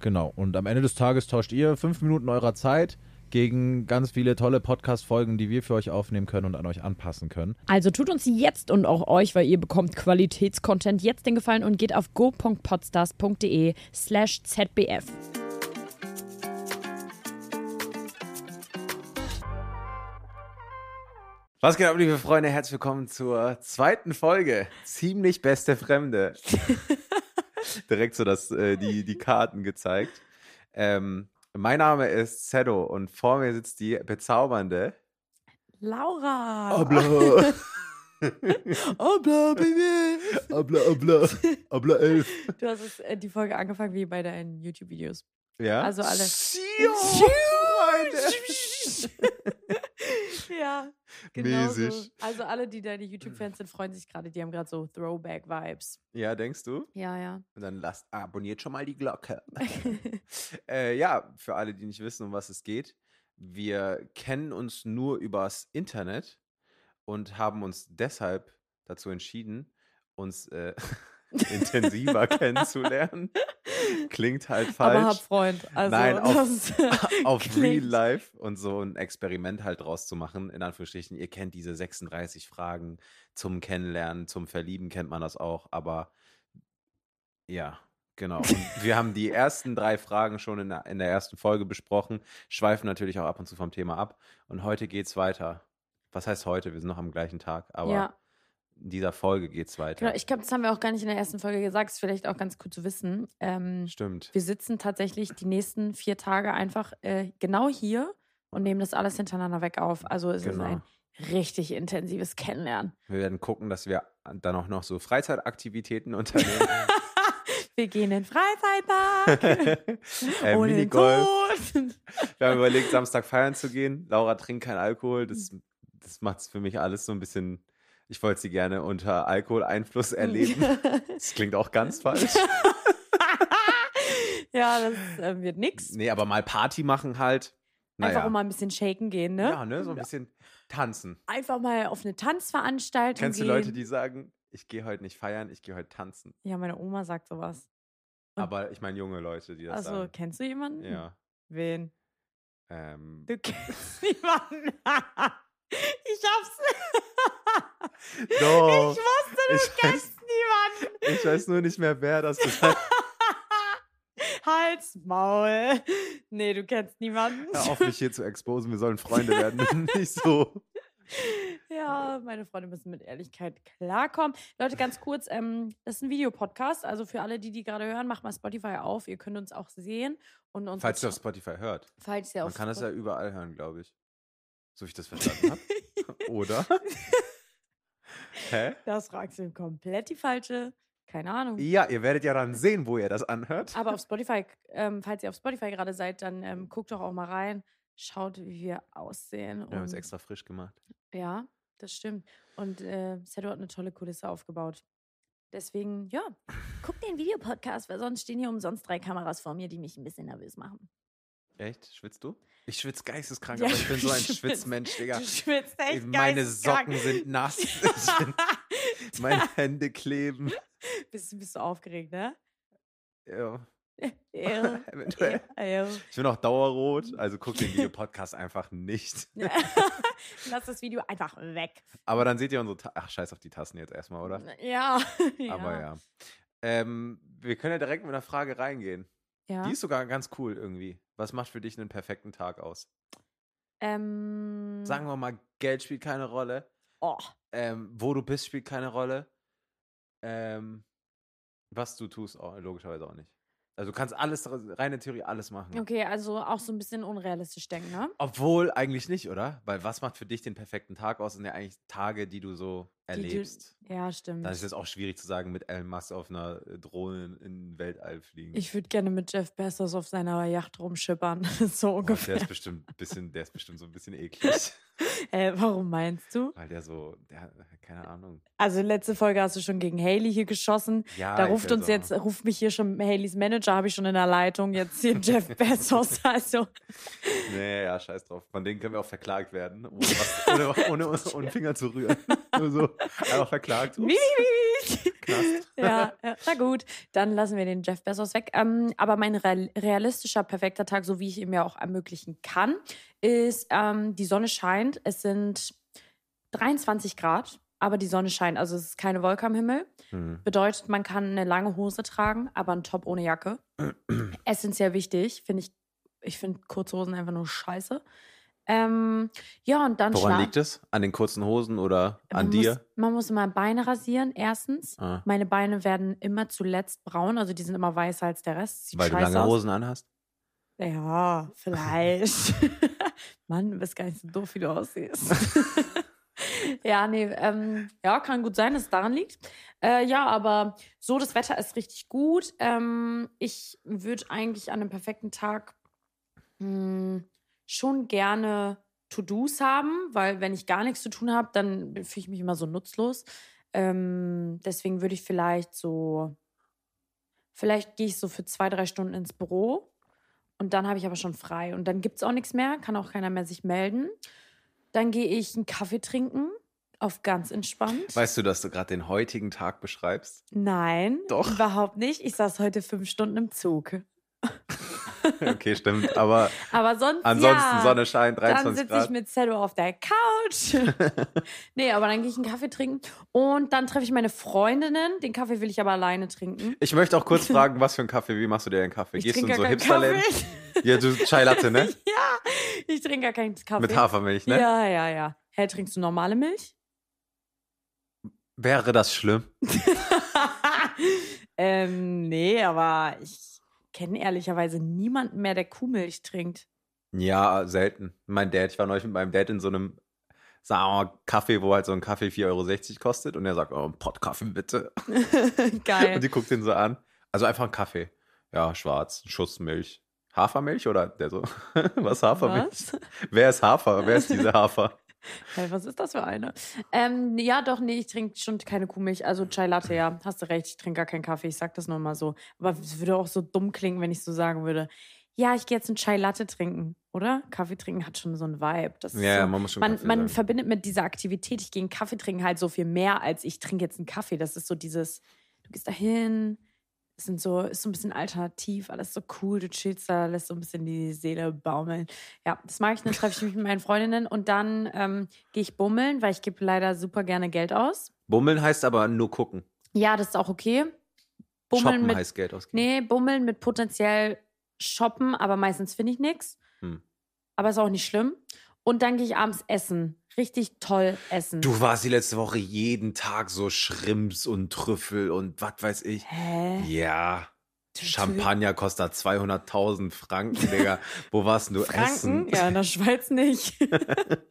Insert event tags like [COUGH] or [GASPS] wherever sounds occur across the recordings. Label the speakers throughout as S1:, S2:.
S1: Genau. Und am Ende des Tages tauscht ihr fünf Minuten eurer Zeit gegen ganz viele tolle Podcast-Folgen, die wir für euch aufnehmen können und an euch anpassen können.
S2: Also tut uns jetzt und auch euch, weil ihr bekommt Qualitätscontent, jetzt den Gefallen und geht auf go.podstars.de slash zbf.
S3: Was geht ab, liebe Freunde? Herzlich willkommen zur zweiten Folge. Ziemlich beste [LAUGHS] Fremde. Direkt so das, äh, die, die Karten gezeigt. Ähm, mein Name ist Zedo und vor mir sitzt die bezaubernde
S4: Laura.
S3: [LAUGHS] Abla,
S4: Obla, Baby.
S3: Abla, Abla, Abla 11.
S2: Du hast es, äh, die Folge angefangen wie bei deinen YouTube-Videos.
S3: Ja?
S2: Also alle.
S3: Freunde.
S2: ja,
S3: genau so. Mäßig.
S2: Also alle, die deine YouTube-Fans sind, freuen sich gerade. Die haben gerade so Throwback-Vibes.
S3: Ja, denkst du?
S2: Ja, ja.
S3: [LAUGHS] Und dann lasst, abonniert schon mal die Glocke. äh, ja, für alle, die nicht wissen, um was es geht. Wir kennen uns nur übers Internet und haben uns deshalb dazu entschieden, uns äh, [LAUGHS]
S2: [LAUGHS]
S3: intensiver kennenzulernen. Klingt halt falsch.
S2: Aber hab Freund. Also, [LAUGHS]
S3: Nein, auf-
S2: das, [LAUGHS]
S3: auf
S2: Klingt.
S3: Real Life und so ein Experiment halt draus zu machen, in Anführungsstrichen. Ihr kennt diese 36 Fragen zum Kennenlernen, zum Verlieben kennt man das auch, aber ja, genau. Und
S2: [LAUGHS]
S3: wir haben die ersten drei Fragen schon in der, in der ersten Folge besprochen, schweifen natürlich auch ab und zu vom Thema ab und heute geht's weiter. Was heißt heute? Wir sind noch am gleichen Tag, [LAUGHS] aber
S2: ja,
S3: in dieser Folge geht's weiter.
S2: genau. Ich glaube, das haben wir auch gar nicht in der ersten Folge gesagt. Ist vielleicht auch ganz gut zu wissen. Ähm,
S3: Stimmt.
S2: wir sitzen tatsächlich die nächsten vier Tage einfach äh, genau hier und nehmen das alles hintereinander weg auf. Also es ist
S3: Genau.
S2: ein richtig intensives Kennenlernen.
S3: Wir werden gucken, dass wir dann auch noch so Freizeitaktivitäten [LAUGHS]
S2: [LAUGHS]
S3: unternehmen.
S2: Wir gehen
S3: [LAUGHS]
S2: in den Freizeitpark.
S3: äh,
S2: ohne den
S3: Minigolf.
S2: Tod.
S3: Wir haben überlegt, Samstag feiern zu gehen. Laura trinkt keinen Alkohol. Das,
S2: Mhm.
S3: das macht es für mich alles so ein bisschen. Ich wollte sie gerne unter Alkoholeinfluss
S2: Mhm.
S3: erleben.
S2: [LAUGHS]
S3: Das klingt auch ganz falsch.
S2: ja, das äh, wird nix.
S3: Nee, aber mal Party machen halt. Naja.
S2: Einfach auch mal ein bisschen shaken gehen, ne?
S3: Ja, ne? So ein bisschen tanzen.
S2: Einfach mal auf eine Tanzveranstaltung
S3: Kennst du
S2: gehen.
S3: Leute, die sagen, ich gehe heute nicht feiern, ich gehe heute tanzen?
S2: Ja, meine Oma sagt sowas. Und-
S3: Aber ich meine junge Leute, die das
S2: Also,
S3: sagen.
S2: kennst du jemanden?
S3: Ja.
S2: Wen?
S3: Ähm,
S2: Du kennst niemanden. ich hab's.
S3: [LAUGHS] doch.
S2: [LAUGHS] Ich wusste, du
S3: Ich
S2: kennst niemanden.
S3: Ich weiß nur nicht mehr, wer das gesagt hat.
S2: Hals, Maul. Nee, du kennst niemanden.
S3: Hör auf mich hier zu exposen. Wir sollen Freunde werden. [LAUGHS] nicht so.
S2: [LAUGHS] Ja, meine Freunde müssen mit Ehrlichkeit klarkommen. Leute, ganz kurz, ähm, das ist ein Videopodcast. Also für alle, die die gerade hören, macht mal Spotify auf. Ihr könnt uns auch sehen. und uns
S3: Falls du auf Spotify hört.
S2: Falls ihr
S3: Man
S2: auf
S3: kann das ja
S2: Spot-
S3: überall hören, glaube ich. So wie ich das verstanden habe. [LAUGHS] Oder? Hä?
S2: Das fragst du komplett die falsche. Keine Ahnung.
S3: Ja, ihr werdet ja dann sehen, wo ihr das anhört.
S2: Aber auf Spotify, ähm, falls ihr auf Spotify gerade seid, dann ähm, guckt doch auch mal rein. Schaut, wie wir aussehen.
S3: Wir haben es
S2: und-
S3: extra frisch gemacht.
S2: Ja, das stimmt. Und äh, Sedo hat eine tolle Kulisse aufgebaut. Deswegen, ja, guckt den Videopodcast, weil sonst stehen hier umsonst drei Kameras vor mir, die mich ein bisschen nervös machen.
S3: Echt? Schwitzt du? Ich schwitze geisteskrank,
S2: Ja,
S3: aber ich bin so
S2: du
S3: [LAUGHS] ein
S2: schwitzt.
S3: Schwitzmensch, Digga.
S2: Du schwitzt
S3: Ey,
S2: echt
S3: Meine
S2: geisteskrank.
S3: Socken sind [LAUGHS] nass. Ich bin, meine Hände kleben.
S2: [LAUGHS] bist, bist du aufgeregt, ne?
S3: Ja,
S2: Ja,
S3: [LAUGHS] eventuell.
S2: ja, ja.
S3: Ich bin auch dauerrot, also guck den Videopodcast einfach nicht.
S2: [LAUGHS] Lass das Video einfach weg.
S3: Aber dann seht ihr unsere. Ta Ach, scheiß auf die Tassen jetzt erstmal, oder?
S2: Ja. [LAUGHS]
S3: Aber ja. Ähm, wir können ja direkt mit einer Frage reingehen.
S2: ja.
S3: Die ist sogar ganz cool irgendwie. Was macht für dich einen perfekten Tag aus?
S2: Ähm,
S3: Sagen wir mal, Geld spielt keine Rolle.
S2: oh,
S3: Ähm, wo du bist, spielt keine Rolle. Ähm, was du tust, auch, logischerweise auch nicht. Also du kannst alles, reine Theorie, alles machen.
S2: okay, also auch so ein bisschen unrealistisch denken, ne?
S3: Obwohl eigentlich nicht, oder? Weil was macht für dich den perfekten Tag aus? Sind ja eigentlich Tage, die du so
S2: Die- die-
S3: erlebst.
S2: Ja, stimmt.
S3: Dann ist es auch schwierig zu sagen, mit Elon Musk auf einer äh, Drohne in Weltall fliegen.
S2: ich würde gerne mit Jeff Bezos auf seiner Yacht rumschippern. [LAUGHS] so
S3: Boah, Oh, der
S2: ungefähr.
S3: ist bestimmt ein bisschen, der ist bestimmt so ein bisschen
S2: [LAUGHS]
S3: eklig.
S2: Äh, warum meinst du?
S3: Weil der so, der, keine Ahnung.
S2: Also letzte Folge hast du schon gegen Haley hier geschossen.
S3: Ja,
S2: Da
S3: ich
S2: ruft
S3: werd
S2: uns jetzt,
S3: sauer.
S2: ruft mich hier schon Haleys Manager, habe ich schon in der Leitung,
S3: [LAUGHS]
S2: jetzt hier Jeff Bezos. Also,
S3: Nee, ja, scheiß drauf. Von denen können wir auch verklagt werden, ohne, was, ohne,
S2: [LAUGHS]
S3: ohne, ohne, ohne Finger zu rühren. Nur so, einfach verklagt.
S2: wie,
S3: Ups,
S2: wie, wie.
S3: Knast.
S2: [LAUGHS] Ja, ja, na gut, dann lassen wir den Jeff Bezos weg. Ähm, aber mein real- realistischer, perfekter Tag, so wie ich ihn mir auch ermöglichen kann, ist, ähm, die Sonne scheint. Es sind 23 Grad, aber die Sonne scheint. Also es ist keine Wolke am Himmel.
S3: Hm.
S2: Bedeutet, man kann eine lange Hose tragen, aber einen Top ohne
S3: [CLEARS THROAT]
S2: Jacke. Essentiell wichtig, finde ich. Ich finde kurze Hosen einfach nur scheiße. Ähm, ja, und dann
S3: Woran
S2: schla-
S3: liegt es? An den kurzen Hosen oder
S2: man
S3: an dir?
S2: Muss, man muss immer Beine rasieren, erstens.
S3: Ah,
S2: Meine Beine werden immer zuletzt braun, also die sind immer weißer als der Rest. Sieht
S3: weil du
S2: scheiße
S3: lange
S2: aus.
S3: Hosen anhast?
S2: Ja, vielleicht. [LAUGHS] Mann, du bist gar nicht so doof, wie du aussiehst. [LAUGHS] ja, nee, ähm, ja, kann gut sein, dass es daran liegt. Äh, ja, aber so, das Wetter ist richtig gut. Ähm, ich würde eigentlich an einem perfekten Tag mh, schon gerne To-Dos haben, weil wenn ich gar nichts zu tun habe, dann fühle ich mich immer so nutzlos. Ähm, deswegen würde ich vielleicht so, vielleicht gehe ich so für zwei, drei Stunden ins Büro und dann habe ich aber schon frei. Und dann gibt es auch nichts mehr, kann auch keiner mehr sich melden. Dann gehe ich einen Kaffee trinken, auf ganz entspannt.
S3: Weißt du, dass du gerade den heutigen Tag [LAUGHS] beschreibst?
S2: Nein,
S3: Doch.
S2: überhaupt nicht. Ich saß heute fünf Stunden im Zug.
S3: Okay, stimmt. Aber
S2: Aber sonst
S3: ansonsten
S2: ja.
S3: Sonne scheint,
S2: Dann
S3: 23
S2: sitze ich
S3: Grad.
S2: mit Cello auf der Couch.
S3: [LAUGHS]
S2: nee, aber dann gehe ich einen Kaffee trinken und dann treffe ich meine Freundinnen. Den Kaffee will ich aber alleine trinken.
S3: Ich möchte auch kurz fragen, was für einen Kaffee, wie machst du dir einen Kaffee?
S2: Ich
S3: Gehst du
S2: trinke
S3: in so
S2: gar keinen
S3: Hipsterläden?
S2: Kaffee.
S3: Ja, du Chai Latte,
S2: [LAUGHS]
S3: ne?
S2: ja, ich trinke gar keinen Kaffee.
S3: Mit Hafermilch, ne?
S2: Ja, ja, ja. Hä, trinkst du
S3: [LAUGHS]
S2: normale Milch?
S3: Wäre das schlimm?
S2: ähm, nee, aber ich kenne ehrlicherweise niemanden mehr, der Kuhmilch trinkt. [LAUGHS]
S3: Ja, selten. Mein Dad, ich war neulich mit meinem Dad in so einem sauer Kaffee, wo halt so ein Kaffee 4,60 Euro kostet und er sagt, oh, ein Pott Kaffee bitte.
S2: Geil.
S3: Und die guckt ihn so an. Also einfach ein Kaffee. Ja, schwarz, ein Schuss Milch. Hafermilch oder der so, [LAUGHS] was Hafermilch?
S2: Was?
S3: Wer ist Hafer? Wer ist diese Hafer?
S2: Hä, was ist das für eine? Ähm, ja, doch, nee, ich trinke schon keine Kuhmilch. Also Chai Latte, ja. Hast du recht, ich trinke gar keinen Kaffee. Ich sag das nur mal so. Aber es würde auch so dumm klingen, wenn ich so sagen würde. Ja, ich gehe jetzt einen Chai Latte trinken, oder? Kaffee trinken hat schon so einen Vibe. Das ist
S3: Ja, ja,
S2: [LAUGHS] so,
S3: man muss schon
S2: man,
S3: Kaffee
S2: man
S3: sagen.
S2: verbindet mit dieser Aktivität, ich gehe einen Kaffee trinken, halt so viel mehr, als ich trinke jetzt einen Kaffee. Das ist so dieses, du gehst da hin, es sind so, ist so ein bisschen alternativ, alles so cool, du chillst da, lässt so ein bisschen die Seele baumeln. Ja, das mag ich, dann treffe ich mich mit meinen Freundinnen und dann ähm, gehe ich bummeln, weil ich gebe leider super gerne Geld aus.
S3: Bummeln heißt aber nur gucken.
S2: Ja, das ist auch okay. Bummeln
S3: Shoppen
S2: mit,
S3: heißt Geld ausgeben.
S2: Nee, bummeln mit potenziell shoppen, aber meistens finde ich nichts.
S3: Hm.
S2: Aber ist auch nicht schlimm. Und dann gehe ich abends essen. Richtig toll essen.
S3: Du warst die letzte Woche jeden Tag so Schrimps und Trüffel und was weiß ich.
S2: Hä?
S3: Ja.
S2: Du-
S3: Champagner kostet 200.000 Franken, Digga. Wo warst denn du
S2: Franken?
S3: essen?
S2: Ja,
S3: [LAUGHS]
S2: in der Schweiz nicht. [LAUGHS]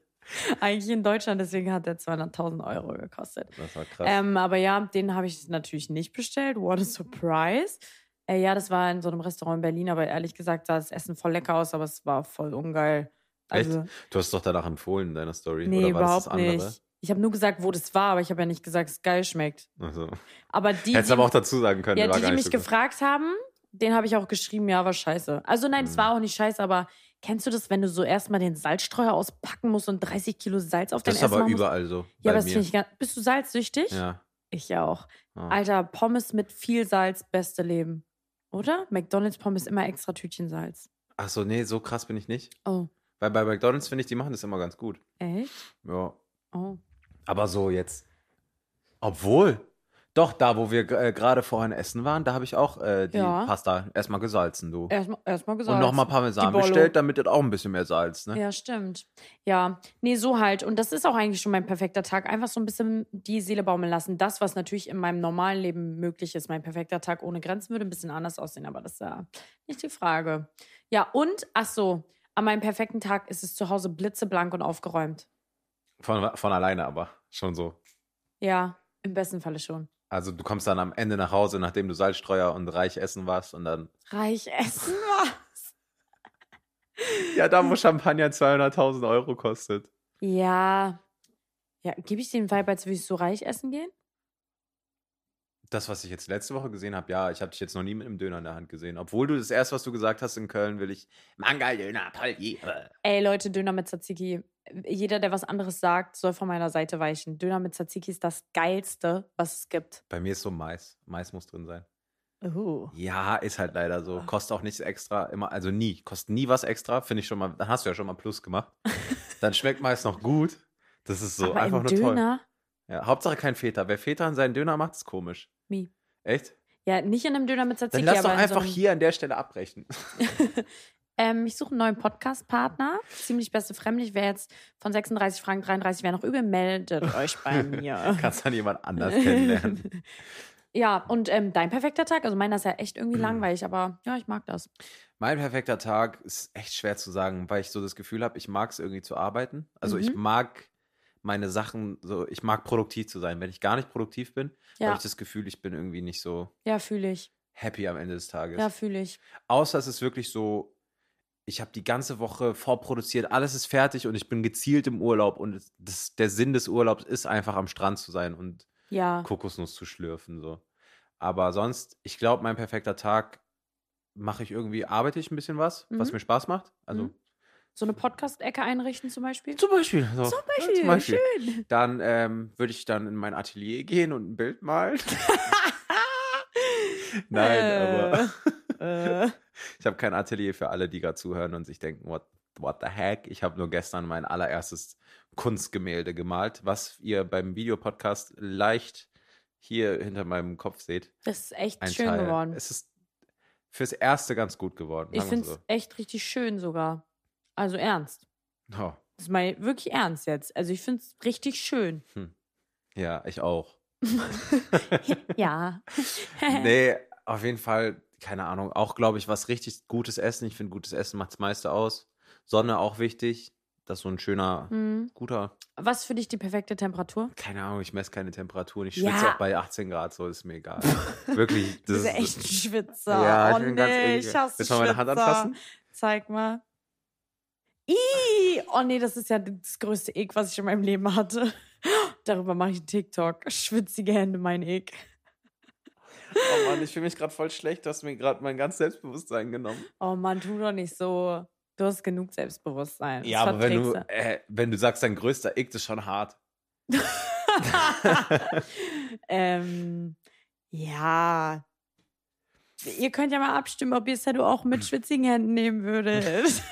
S2: Eigentlich in Deutschland, deswegen hat der 200.000 Euro gekostet.
S3: Das war krass.
S2: Ähm, aber ja, den habe ich natürlich nicht bestellt. What a surprise. Äh, ja, das war in so einem Restaurant in Berlin, aber ehrlich gesagt sah das Essen voll lecker aus, aber es war voll ungeil.
S3: Echt?
S2: Also,
S3: du hast doch danach empfohlen in deiner Story.
S2: Nee,
S3: Oder war das
S2: überhaupt
S3: das andere?
S2: nicht. Ich habe nur gesagt, wo das war, aber ich habe ja nicht gesagt, dass es geil schmeckt.
S3: Also,
S2: Aber die,
S3: hättest
S2: die,
S3: aber auch dazu sagen können.
S2: ja,
S3: war
S2: die,
S3: gar
S2: die
S3: nicht
S2: mich
S3: so gut.
S2: gefragt haben, den habe ich auch geschrieben, ja, war scheiße. Also nein, es
S3: Mhm.
S2: war auch nicht scheiße, aber kennst du das, wenn du so erstmal den Salzstreuer auspacken musst und 30 Kilo Salz auf dein
S3: Das ist
S2: Essen
S3: aber
S2: machen musst?
S3: überall so.
S2: Ja,
S3: bei
S2: aber das
S3: mir.
S2: finde ich ganz. Bist du salzsüchtig?
S3: Ja.
S2: Ich ja auch.
S3: ja.
S2: Alter, Pommes mit viel Salz, beste Leben. Oder? McDonalds Pommes immer extra Tütchen Salz.
S3: Ach so, nee, so krass bin ich nicht.
S2: Oh,
S3: Weil bei McDonalds finde ich, die machen das immer ganz gut.
S2: echt?
S3: Ja.
S2: Oh.
S3: Aber so jetzt. Obwohl. Doch, da, wo wir äh, gerade vorhin essen waren, da habe ich auch äh, die
S2: Ja.
S3: Pasta erstmal gesalzen, du.
S2: Erstmal erstmal gesagt.
S3: Und nochmal Parmesan
S2: Die Bollo.
S3: bestellt, damit das auch ein bisschen mehr Salz, ne?
S2: Ja, stimmt. Ja, nee, so halt. Und das ist auch eigentlich schon mein perfekter Tag. Einfach so ein bisschen die Seele baumeln lassen. Das, was natürlich in meinem normalen Leben möglich ist. Mein perfekter Tag ohne Grenzen würde ein bisschen anders aussehen, aber das ist ja nicht die Frage. Ja, und, ach so, an meinem perfekten Tag ist es zu Hause blitzeblank und aufgeräumt.
S3: Von, von alleine aber. Schon so.
S2: Ja, im besten Falle schon.
S3: Also du kommst dann am Ende nach Hause, nachdem du Salzstreuer und reich essen warst und dann,
S2: Reich essen was?
S3: ja, da wo Champagner 200.000 Euro kostet.
S2: Ja. Ja, gebe ich den Vibe, als würdest du reich essen gehen?
S3: Das, was ich jetzt letzte Woche gesehen habe, ja, ich habe dich jetzt noch nie mit einem Döner in der Hand gesehen. Obwohl du das erste, was du gesagt hast in Köln, will ich Mangaldöner, toll, yeah.
S2: Ey, Leute, Döner mit Tzatziki. Jeder, der was anderes sagt, soll von meiner Seite weichen. Döner mit Tzatziki ist das Geilste, was es gibt.
S3: Bei mir ist so Mais. Mais muss drin sein.
S2: Uh.
S3: Ja, ist halt leider so.
S2: Ah.
S3: Kostet auch nichts extra, immer, also nie. Kostet nie was extra, finde ich schon mal. Dann hast du ja schon mal Plus
S2: [LAUGHS]
S3: gemacht. Dann schmeckt meist noch gut. Das ist so
S2: Aber
S3: Oh, einfach
S2: im
S3: nur toll.
S2: Döner,
S3: Ja, Hauptsache kein Feta. Wer Feta in seinen Döner macht, ist komisch.
S2: Mi.
S3: Echt?
S2: ja, nicht in einem Döner mit
S3: Dann
S2: Tzatziki,
S3: lass doch
S2: aber in so
S3: einfach
S2: einem,
S3: hier an der Stelle abbrechen. [LAUGHS]
S2: Ähm, ich suche einen neuen Podcast-Partner. Ziemlich beste Fremdlich. Wer jetzt von 36 Franken 33 wäre noch übel, meldet euch
S3: [LAUGHS]
S2: bei mir.
S3: Kannst dann jemand anders kennenlernen.
S2: [LAUGHS] ja, und ähm, dein perfekter Tag, also meiner ist ja echt irgendwie
S3: Mm.
S2: langweilig, aber ja, ich mag das.
S3: Mein perfekter Tag ist echt schwer zu sagen, weil ich so das Gefühl habe, ich mag es irgendwie zu arbeiten. Also ich
S2: Mhm.
S3: mag meine Sachen so, ich mag produktiv zu sein. Wenn ich gar nicht produktiv bin,
S2: Ja,
S3: habe ich das Gefühl, ich bin irgendwie nicht so
S2: ja fühle ich.
S3: happy am Ende des Tages.
S2: Ja, fühle ich.
S3: Außer es ist wirklich so, ich habe die ganze Woche vorproduziert, alles ist fertig und ich bin gezielt im Urlaub und es- das, der Sinn des Urlaubs ist einfach am Strand zu sein und
S2: Ja.
S3: Kokosnuss zu schlürfen. So. Aber sonst, ich glaube, mein perfekter Tag mache ich irgendwie, arbeite ich ein bisschen was, was
S2: Mhm.
S3: mir Spaß macht. Also
S2: Mhm. So eine Podcast-Ecke einrichten zum Beispiel.
S3: zum Beispiel. So.
S2: Zum
S3: Ja,
S2: Beispiel,
S3: Zum Beispiel.
S2: schön.
S3: Dann ähm, würde ich dann in mein Atelier gehen und ein Bild
S2: [LAUGHS]
S3: malen. Nein, aber
S2: aber. Äh,
S3: ich habe kein Atelier für alle, die gerade zuhören und sich denken, what, what the heck? Ich habe nur gestern mein allererstes Kunstgemälde gemalt, was ihr beim Videopodcast leicht hier hinter meinem Kopf seht.
S2: das ist echt
S3: Ein
S2: schön
S3: Teil.
S2: geworden.
S3: Es ist fürs Erste ganz gut geworden.
S2: Ich
S3: sagen wir's
S2: finde es echt richtig schön sogar. Also ernst.
S3: so. oh,
S2: Das ist mal wirklich ernst jetzt. Also ich finde es richtig schön.
S3: Ja, ich
S2: [LAUGHS]
S3: auch.
S2: ja.
S3: nee, auf jeden Fall, keine Ahnung. Auch, glaube ich, was richtig gutes Essen. Ich finde, gutes Essen macht das meiste aus. Sonne auch wichtig. Das ist so ein schöner,
S2: Hm.
S3: guter.
S2: Was für dich die perfekte Temperatur?
S3: Keine Ahnung, ich messe keine Temperaturen. Ich
S2: Ja.
S3: schwitze auch bei 18 Grad, so ist mir egal.
S2: [LAUGHS]
S3: Wirklich.
S2: Du
S3: Das
S2: bist ja
S3: ist
S2: echt ein Schwitzer.
S3: Ja, ich
S2: oh
S3: bin ganz
S2: nee,
S3: eklig.
S2: ich hasse
S3: Willst du mal meine Hand
S2: Schwitzer.
S3: anfassen?
S2: Zeig mal. Ih, oh nee, das ist ja das größte Ick, was ich in meinem Leben hatte. [GASPS] Darüber mache ich einen TikTok. Schwitzige Hände, mein Ick.
S3: Oh Mann, ich fühle mich gerade voll schlecht. Du hast mir gerade mein ganzes Selbstbewusstsein genommen.
S2: Oh Mann, tu doch nicht so. Du hast genug Selbstbewusstsein. Das
S3: Ja, aber wenn du,
S2: verträgst
S3: äh, wenn du sagst, dein größter Ick, das ist schon hart.
S2: ähm, ja. Ihr könnt ja mal abstimmen, ob ihr Sedo auch
S3: Hm.
S2: mit schwitzigen Händen nehmen
S3: [LAUGHS]
S2: würdet.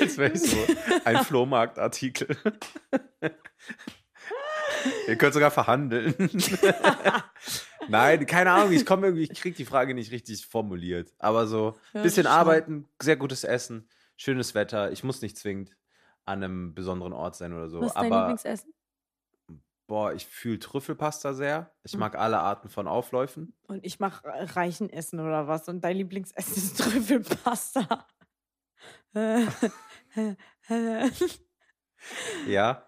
S3: Als wäre ich
S2: [LAUGHS]
S3: so ein Flohmarktartikel. [LAUGHS] Ihr könnt sogar verhandeln. [LAUGHS] Nein, keine Ahnung, ich komme irgendwie, ich krieg die Frage nicht richtig formuliert. Aber so
S2: Ja,
S3: ein bisschen
S2: schon.
S3: arbeiten, sehr gutes Essen, schönes Wetter. Ich muss nicht zwingend an einem besonderen Ort sein oder so.
S2: Was ist dein
S3: aber
S2: Lieblingsessen?
S3: boah, ich fühle Trüffelpasta sehr. Ich
S2: Mhm.
S3: mag alle Arten von Aufläufen.
S2: Und ich mache reichen Essen oder was. Und dein Lieblingsessen ist [LAUGHS] Trüffelpasta. [LAUGHS] Äh, äh, äh.
S3: Ja.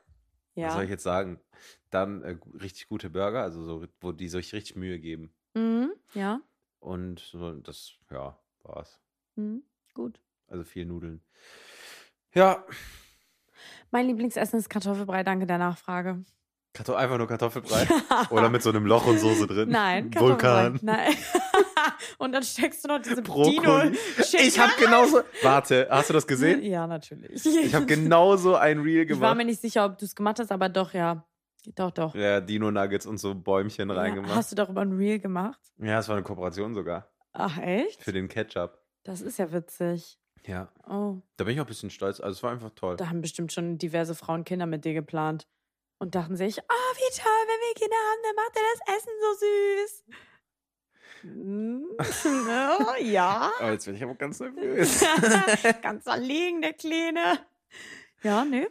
S3: Was soll
S2: ja.
S3: ich jetzt sagen? Dann äh, gu- richtig gute Burger, also so, wo die sich richtig Mühe geben.
S2: Mhm, ja.
S3: Und so, das, ja, war's.
S2: Mhm, gut.
S3: Also viel Nudeln. Ja,
S2: Mein Lieblingsessen ist Kartoffelbrei, danke der Nachfrage.
S3: Karto einfach nur Kartoffelbrei.
S2: [LAUGHS]
S3: Oder mit so einem Loch und Soße drin.
S2: Nein, Kartoffelbrei.
S3: Vulkan.
S2: Nein. [LAUGHS] Und dann steckst du noch diese
S3: Brokkoli.
S2: Dino.
S3: Ich habe genauso. Warte, hast du das gesehen?
S2: Ja, natürlich.
S3: Ich habe genauso ein Reel
S2: Ich war
S3: gemacht.
S2: mir nicht sicher, ob du es gemacht hast, aber doch, ja. Doch, doch.
S3: ja, Dino-Nuggets und so Bäumchen
S2: Ja,
S3: reingemacht.
S2: hast du darüber ein Reel gemacht?
S3: Ja, das war eine Kooperation sogar.
S2: Ach, echt?
S3: Für den Ketchup.
S2: Das ist ja witzig.
S3: Ja.
S2: Oh,
S3: Da bin ich auch ein bisschen stolz. Also es war einfach toll.
S2: da haben bestimmt schon diverse Frauen Kinder mit dir geplant. Und dachten sich, ah, wie toll, wenn wir Kinder haben, dann macht er das Essen so süß. Hm, [LAUGHS] ne?
S3: [LAUGHS]
S2: ja.
S3: Aber jetzt bin ich aber ganz
S2: [LAUGHS]
S3: nervös.
S2: Ganz verlegen, der Kleine. Ja, nee.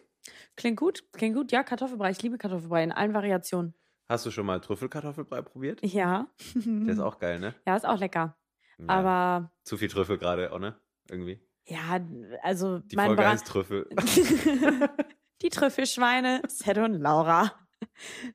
S2: Klingt gut, klingt gut. Ja, Kartoffelbrei. Ich liebe Kartoffelbrei in allen Variationen.
S3: Hast du schon mal Trüffelkartoffelbrei probiert?
S2: Ja.
S3: Der ist auch geil, ne?
S2: Ja, ist auch lecker.
S3: Ja.
S2: Mhm. Aber
S3: Zu viel Trüffel gerade, auch, ne? Irgendwie.
S2: ja, also
S3: Die
S2: mein
S3: Folge
S2: Bra Äh,
S3: heißt Trüffel.
S2: [LAUGHS] Die Trüffelschweine, Sed und Laura.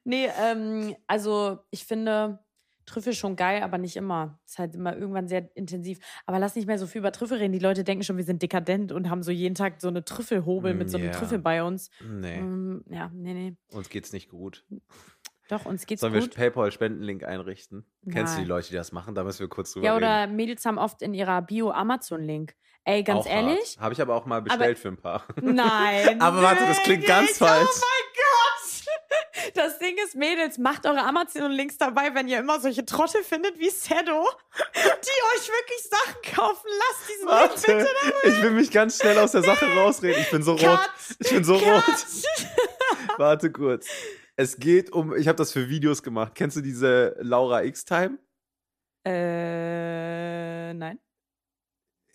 S2: Nee, ähm, also ich finde Trüffel schon geil, aber nicht immer. Ist halt immer irgendwann sehr intensiv. Aber lass nicht mehr so viel über Trüffel reden. Die Leute denken schon, wir sind dekadent und haben so jeden Tag so eine Trüffelhobel mit so einem
S3: Mm, Ja.
S2: Trüffel bei uns.
S3: Nee,
S2: Ähm, ja, nee, nee.
S3: uns geht's nicht gut.
S2: Doch, uns geht's
S3: Sollen wir
S2: gut.
S3: PayPal-Spendenlink einrichten? Kennst du die
S2: Nein.
S3: Leute, die das machen? Da müssen wir kurz drüber
S2: Ja,
S3: reden.
S2: oder Mädels haben oft in ihrer Bio Amazon-Link. Ey, ganz ehrlich?
S3: Habe ich aber auch mal bestellt für ein
S2: [LAUGHS]
S3: paar.
S2: Nein.
S3: Aber warte, das klingt ganz
S2: wirklich?
S3: falsch.
S2: Oh Gott. Das Ding ist, Mädels, macht eure Amazon-Links dabei, wenn ihr immer solche Trottel findet wie Sedo, die euch wirklich Sachen kaufen. Lasst diesen Link bitte.
S3: Warte, [LAUGHS] ich will mich ganz schnell aus der Sache rausreden. Ich bin so rot.
S2: Cut.
S3: Ich bin so rot.
S2: Cut.
S3: Warte kurz. Es geht um, ich habe das für Videos gemacht. Kennst du diese Laura X-Time?
S2: Äh, nein.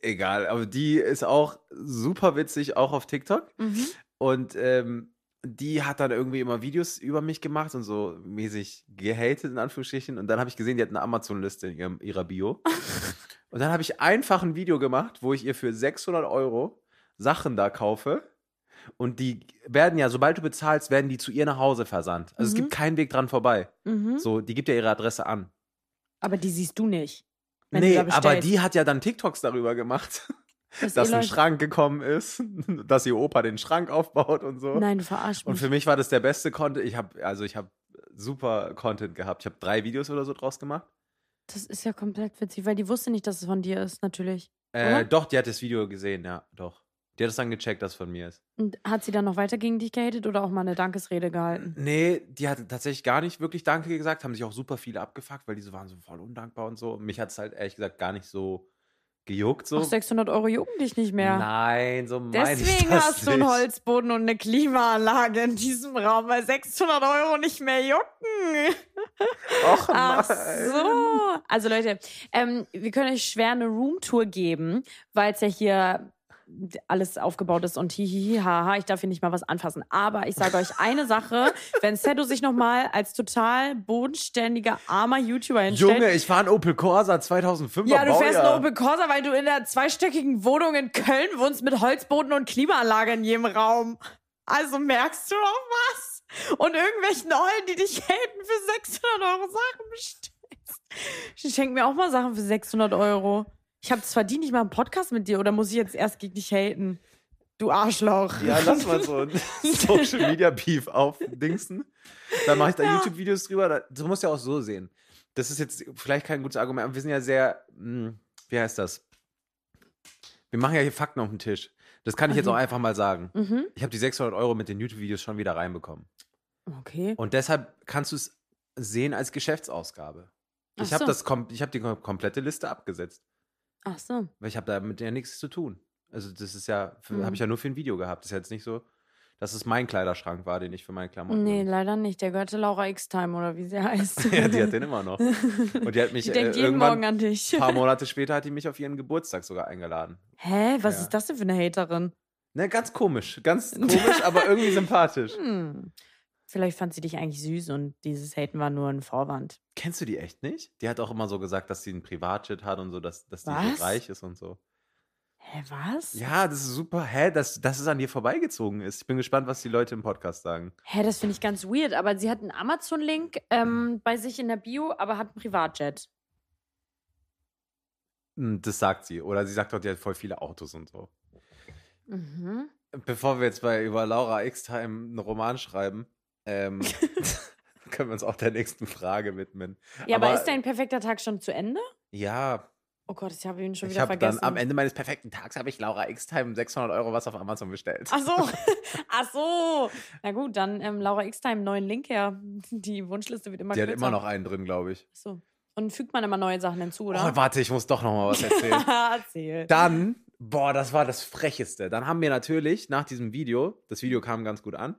S3: Egal, aber die ist auch super witzig, auch auf TikTok.
S2: Mhm.
S3: Und ähm, die hat dann irgendwie immer Videos über mich gemacht und so mäßig gehatet, in Anführungsstrichen. Und dann habe ich gesehen, die hat eine Amazon-Liste in ihrem, ihrer
S2: [LAUGHS]
S3: Bio. und dann habe ich einfach ein Video gemacht, wo ich ihr für 600 Euro Sachen da kaufe. Und die werden ja, sobald du bezahlst, werden die zu ihr nach Hause versandt. Also es
S2: Mhm.
S3: gibt keinen Weg dran vorbei.
S2: Mhm.
S3: So, die gibt ja ihre Adresse an.
S2: Aber die siehst du nicht. Wenn du
S3: nee,
S2: da
S3: aber
S2: bestellst.
S3: die hat ja dann TikToks darüber gemacht, [LAUGHS]
S2: Dass
S3: dass
S2: ihr
S3: ein
S2: Leute-
S3: Schrank gekommen ist, [LAUGHS] dass ihr Opa den Schrank aufbaut und so.
S2: Nein, du verarsch
S3: Und
S2: mich.
S3: für mich war das der beste Content. Ich habe also ich habe super Content gehabt. Ich habe drei Videos oder so draus gemacht.
S2: Das ist ja komplett witzig, weil die wusste nicht, dass es von dir ist, natürlich. Oder?
S3: Äh, doch, die hat das Video gesehen, ja, doch. Die hat es dann gecheckt, dass es von mir ist.
S2: Und hat sie dann noch weiter gegen dich gehatet oder auch mal eine Dankesrede gehalten?
S3: Nee, die hat tatsächlich gar nicht wirklich Danke gesagt, haben sich auch super viele abgefuckt, weil die so waren so voll undankbar und so. Mich hat es halt ehrlich gesagt gar nicht so gejuckt so.
S2: Auch 600 Euro jucken dich nicht mehr.
S3: Nein, so meine ich
S2: Deswegen
S3: das
S2: hast du einen
S3: nicht.
S2: Holzboden und eine Klimaanlage in diesem Raum, weil 600 Euro nicht mehr jucken.
S3: Och,
S2: Ach
S3: nein.
S2: so. Also Leute, ähm, wir können euch schwer eine Roomtour geben, weil es ja hier alles aufgebaut ist und hihihi, haha, ich darf hier nicht mal was anfassen. Aber ich sage euch eine Sache, wenn Sedo sich nochmal als total bodenständiger, armer YouTuber hinstellt,
S3: Junge, ich fahre einen Opel Corsa 2005er
S2: Ja, du fährst
S3: Baujahr.
S2: einen Opel Corsa, weil du in der zweistöckigen Wohnung in Köln wohnst mit Holzboden und Klimaanlage in jedem Raum. Also merkst du auch was? Und irgendwelchen Eulen, die dich haten, für 600 Euro Sachen bestellst. Ich schenk mir auch mal Sachen für 600 Euro. Ich habe es verdient, ich mache einen Podcast mit dir oder muss ich jetzt erst gegen dich haten? Du Arschloch.
S3: Ja, lass mal so
S2: [LAUGHS]
S3: ein Social Media Beef auf Dingsen. Dann mache ich da YouTube-Videos drüber. Da- Du musst ja auch so sehen. Das ist jetzt vielleicht kein gutes Argument, aber wir sind ja sehr, mh, wie heißt das? Wir machen ja hier Fakten auf den Tisch. Das kann ich jetzt auch einfach mal sagen.
S2: Mhm.
S3: Ich habe die 600 Euro mit den YouTube-Videos schon wieder reinbekommen.
S2: Okay.
S3: Und deshalb kannst du es sehen als Geschäftsausgabe. Ich
S2: Ach
S3: habe
S2: so.
S3: das kom- ich habe die kom- komplette Liste abgesetzt,
S2: Ach so.
S3: weil ich habe damit ja nichts zu tun. Also das ist ja,
S2: Mhm.
S3: habe ich ja nur für ein Video gehabt. Das ist jetzt nicht so, dass es mein Kleiderschrank war, den ich für meine Klamotten.
S2: Nee, leider nicht. Der gehörte Laura X-Time oder wie
S3: [LAUGHS]
S2: sie heißt.
S3: ja, die hat den immer
S2: [LAUGHS]
S3: noch. Und die hat mich
S2: Die
S3: äh,
S2: denkt jeden
S3: irgendwann
S2: Morgen
S3: ein
S2: an dich. [LAUGHS]
S3: paar Monate später hat die mich auf ihren Geburtstag sogar eingeladen.
S2: Hä, was
S3: Ja.
S2: ist das denn für eine Haterin?
S3: Ne, ganz komisch,
S2: [LAUGHS]
S3: ganz komisch, aber irgendwie sympathisch.
S2: Hm. Vielleicht fand sie dich eigentlich süß und dieses Haten war nur ein Vorwand.
S3: Kennst du die echt nicht? Die hat auch immer so gesagt, dass sie einen Privatjet hat und so, dass, dass die
S2: Was?
S3: so reich ist und so.
S2: Hä, was?
S3: Ja, das ist super. Hä, dass, dass es an dir vorbeigezogen ist. Ich bin gespannt, was die Leute im Podcast sagen.
S2: Hä, das finde ich ganz weird, aber sie hat einen Amazon-Link ähm, bei sich in der Bio, aber hat einen Privatjet.
S3: Hm, Das sagt sie. Oder sie sagt doch, die hat voll viele Autos und so.
S2: Mhm.
S3: Bevor wir jetzt bei über Laura X-Time einen Roman schreiben,
S2: [LAUGHS]
S3: ähm, [LAUGHS] können wir uns auch der nächsten Frage widmen.
S2: Ja, aber,
S3: Aber-
S2: ist dein perfekter Tag schon zu Ende?
S3: Ja,
S2: Oh Gott, ich habe ihn schon
S3: ich
S2: wieder
S3: habe
S2: vergessen.
S3: dann am Ende meines perfekten Tags habe ich Laura X-Time 600 Euro was auf Amazon bestellt. [LAUGHS]
S2: Ach so, [LAUGHS] ach so. Na gut, dann ähm, Laura X-Time, neuen Link her. Die Wunschliste wird immer
S3: Die hat
S2: kürzer.
S3: immer noch einen drin, glaube ich.
S2: Ach So. Und fügt man immer neue Sachen hinzu,
S3: Oh,
S2: oder?
S3: warte, ich muss doch noch mal was
S2: [LAUGHS]
S3: erzählen.
S2: Erzähl.
S3: Dann, boah, das war das Frecheste. Dann haben wir natürlich nach diesem Video, das Video kam ganz gut an,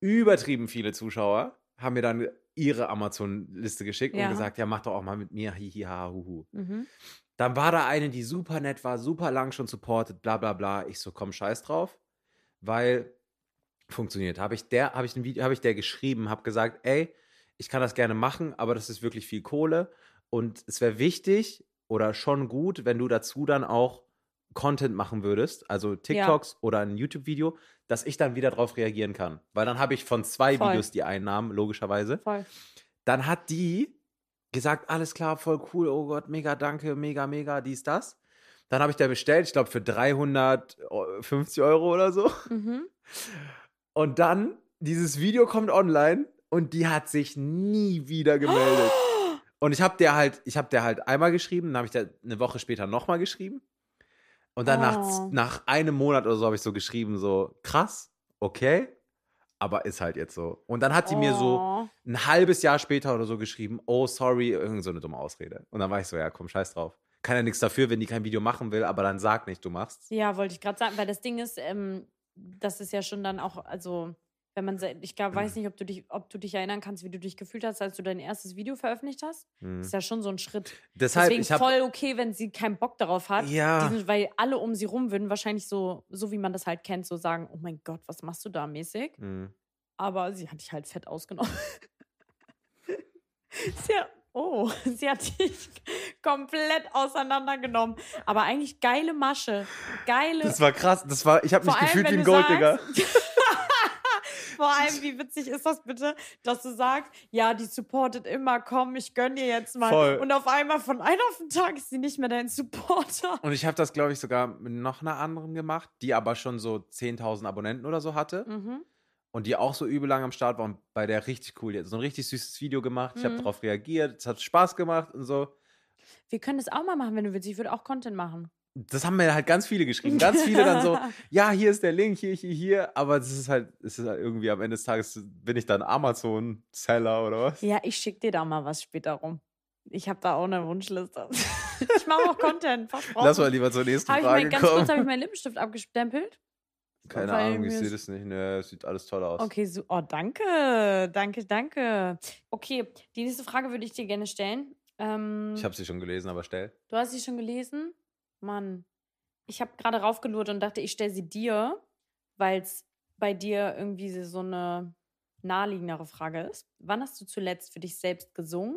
S3: übertrieben viele Zuschauer haben mir dann ihre Amazon-Liste geschickt
S2: Ja.
S3: und gesagt, ja, mach doch auch mal mit mir, hihi, ha, hu, hu.
S2: Mhm.
S3: Dann war da eine, die super nett war, super lang schon supportet, bla bla bla. Ich so, komm, scheiß drauf, weil funktioniert. Habe ich der, habe ich ein Video, habe ich der geschrieben, habe gesagt, ey, ich kann das gerne machen, aber das ist wirklich viel Kohle und es wäre wichtig oder schon gut, wenn du dazu dann auch Content machen würdest, also TikToks oder ein YouTube-Video, dass ich dann wieder drauf reagieren kann. Weil dann habe ich von zwei
S2: Voll.
S3: Videos die Einnahmen, logischerweise.
S2: Voll.
S3: Dann hat die gesagt, alles klar, voll cool, oh Gott, mega, danke, mega, mega, dies, das. Dann habe ich da bestellt, ich glaube für 350 Euro oder so.
S2: Mhm.
S3: Und dann, dieses Video kommt online und die hat sich nie wieder
S2: [GASPS]
S3: gemeldet. Und ich habe der halt, ich habe der halt einmal geschrieben, dann habe ich der eine Woche später nochmal geschrieben. Und dann
S2: Oh.
S3: nach, nach einem Monat oder so habe ich so geschrieben, so krass, okay, aber ist halt jetzt so. Und dann hat die mir so
S2: Oh.
S3: ein halbes Jahr später oder so geschrieben, oh sorry, irgend so eine dumme Ausrede. Und dann war ich so, ja komm, scheiß drauf. Kann ja nichts dafür, wenn die kein Video machen will, aber dann sag nicht, du machst.
S2: Ja, wollte ich gerade sagen, weil das Ding ist, ähm, das ist ja schon dann auch, also wenn man, se- ich glaub,
S3: Mhm.
S2: weiß nicht, ob du dich, ob du dich erinnern kannst, wie du dich gefühlt hast, als du dein erstes Video veröffentlicht hast.
S3: Mhm.
S2: Ist ja schon so ein Schritt.
S3: Deshalb,
S2: Deswegen
S3: ich habe
S2: voll okay, wenn sie keinen Bock darauf hat.
S3: Ja.
S2: Diesen, weil alle um sie rum würden wahrscheinlich so, so wie man das halt kennt, so sagen, oh mein Gott, was machst du da mäßig?
S3: Hm.
S2: Aber sie hat dich halt fett ausgenommen. [LAUGHS] sie hat, oh, [LAUGHS] sie hat dich komplett auseinandergenommen. Aber eigentlich geile Masche. Geile.
S3: Das war krass. Das war, ich habe mich gefühlt wie ein Golddigger.
S2: Vor allem, wie witzig ist das bitte, dass du sagst, ja, die supportet immer, komm, ich gönn dir jetzt mal.
S3: Voll.
S2: Und auf einmal von einem auf den Tag ist sie nicht mehr dein Supporter.
S3: Und ich habe das, glaube ich, sogar mit noch einer anderen gemacht, die aber schon so 10.000 Abonnenten oder so hatte
S2: Mhm.
S3: und die auch so übel lang am Start war und bei der richtig cool. Die hat so ein richtig süßes Video gemacht. Ich habe
S2: Mhm.
S3: darauf reagiert. Es hat Spaß gemacht und so.
S2: Wir können das auch mal machen, wenn du willst. Ich würde auch Content machen.
S3: Das haben mir halt ganz viele geschrieben. Ganz viele dann
S2: [LAUGHS]
S3: so, ja, hier ist der Link, hier, hier, hier. Aber es ist halt, es ist halt irgendwie am Ende des Tages, bin ich dann Amazon-Seller oder was?
S2: Ja, ich schicke dir da mal was später rum. Ich habe da auch eine [LAUGHS] Wunschliste. ich mache auch Content, versprochen.
S3: Lass mal lieber zur nächsten
S2: Habe Oh. ich
S3: Frage
S2: mein, ganz
S3: kommen.
S2: kurz habe ich meinen Lippenstift abgestempelt.
S3: Keine
S2: weil
S3: Ahnung,
S2: mir
S3: ich sehe
S2: ist-
S3: das nicht. Ne, sieht alles toll aus.
S2: Okay, so, oh, danke, danke, danke. Okay, die nächste Frage würde ich dir gerne stellen. Ähm,
S3: Ich habe sie schon gelesen, aber stell.
S2: du hast sie schon gelesen? Mann, ich habe gerade raufgelurrt und dachte, ich stelle sie dir, weil es bei dir irgendwie so eine naheliegendere Frage ist. Wann hast du zuletzt für dich selbst gesungen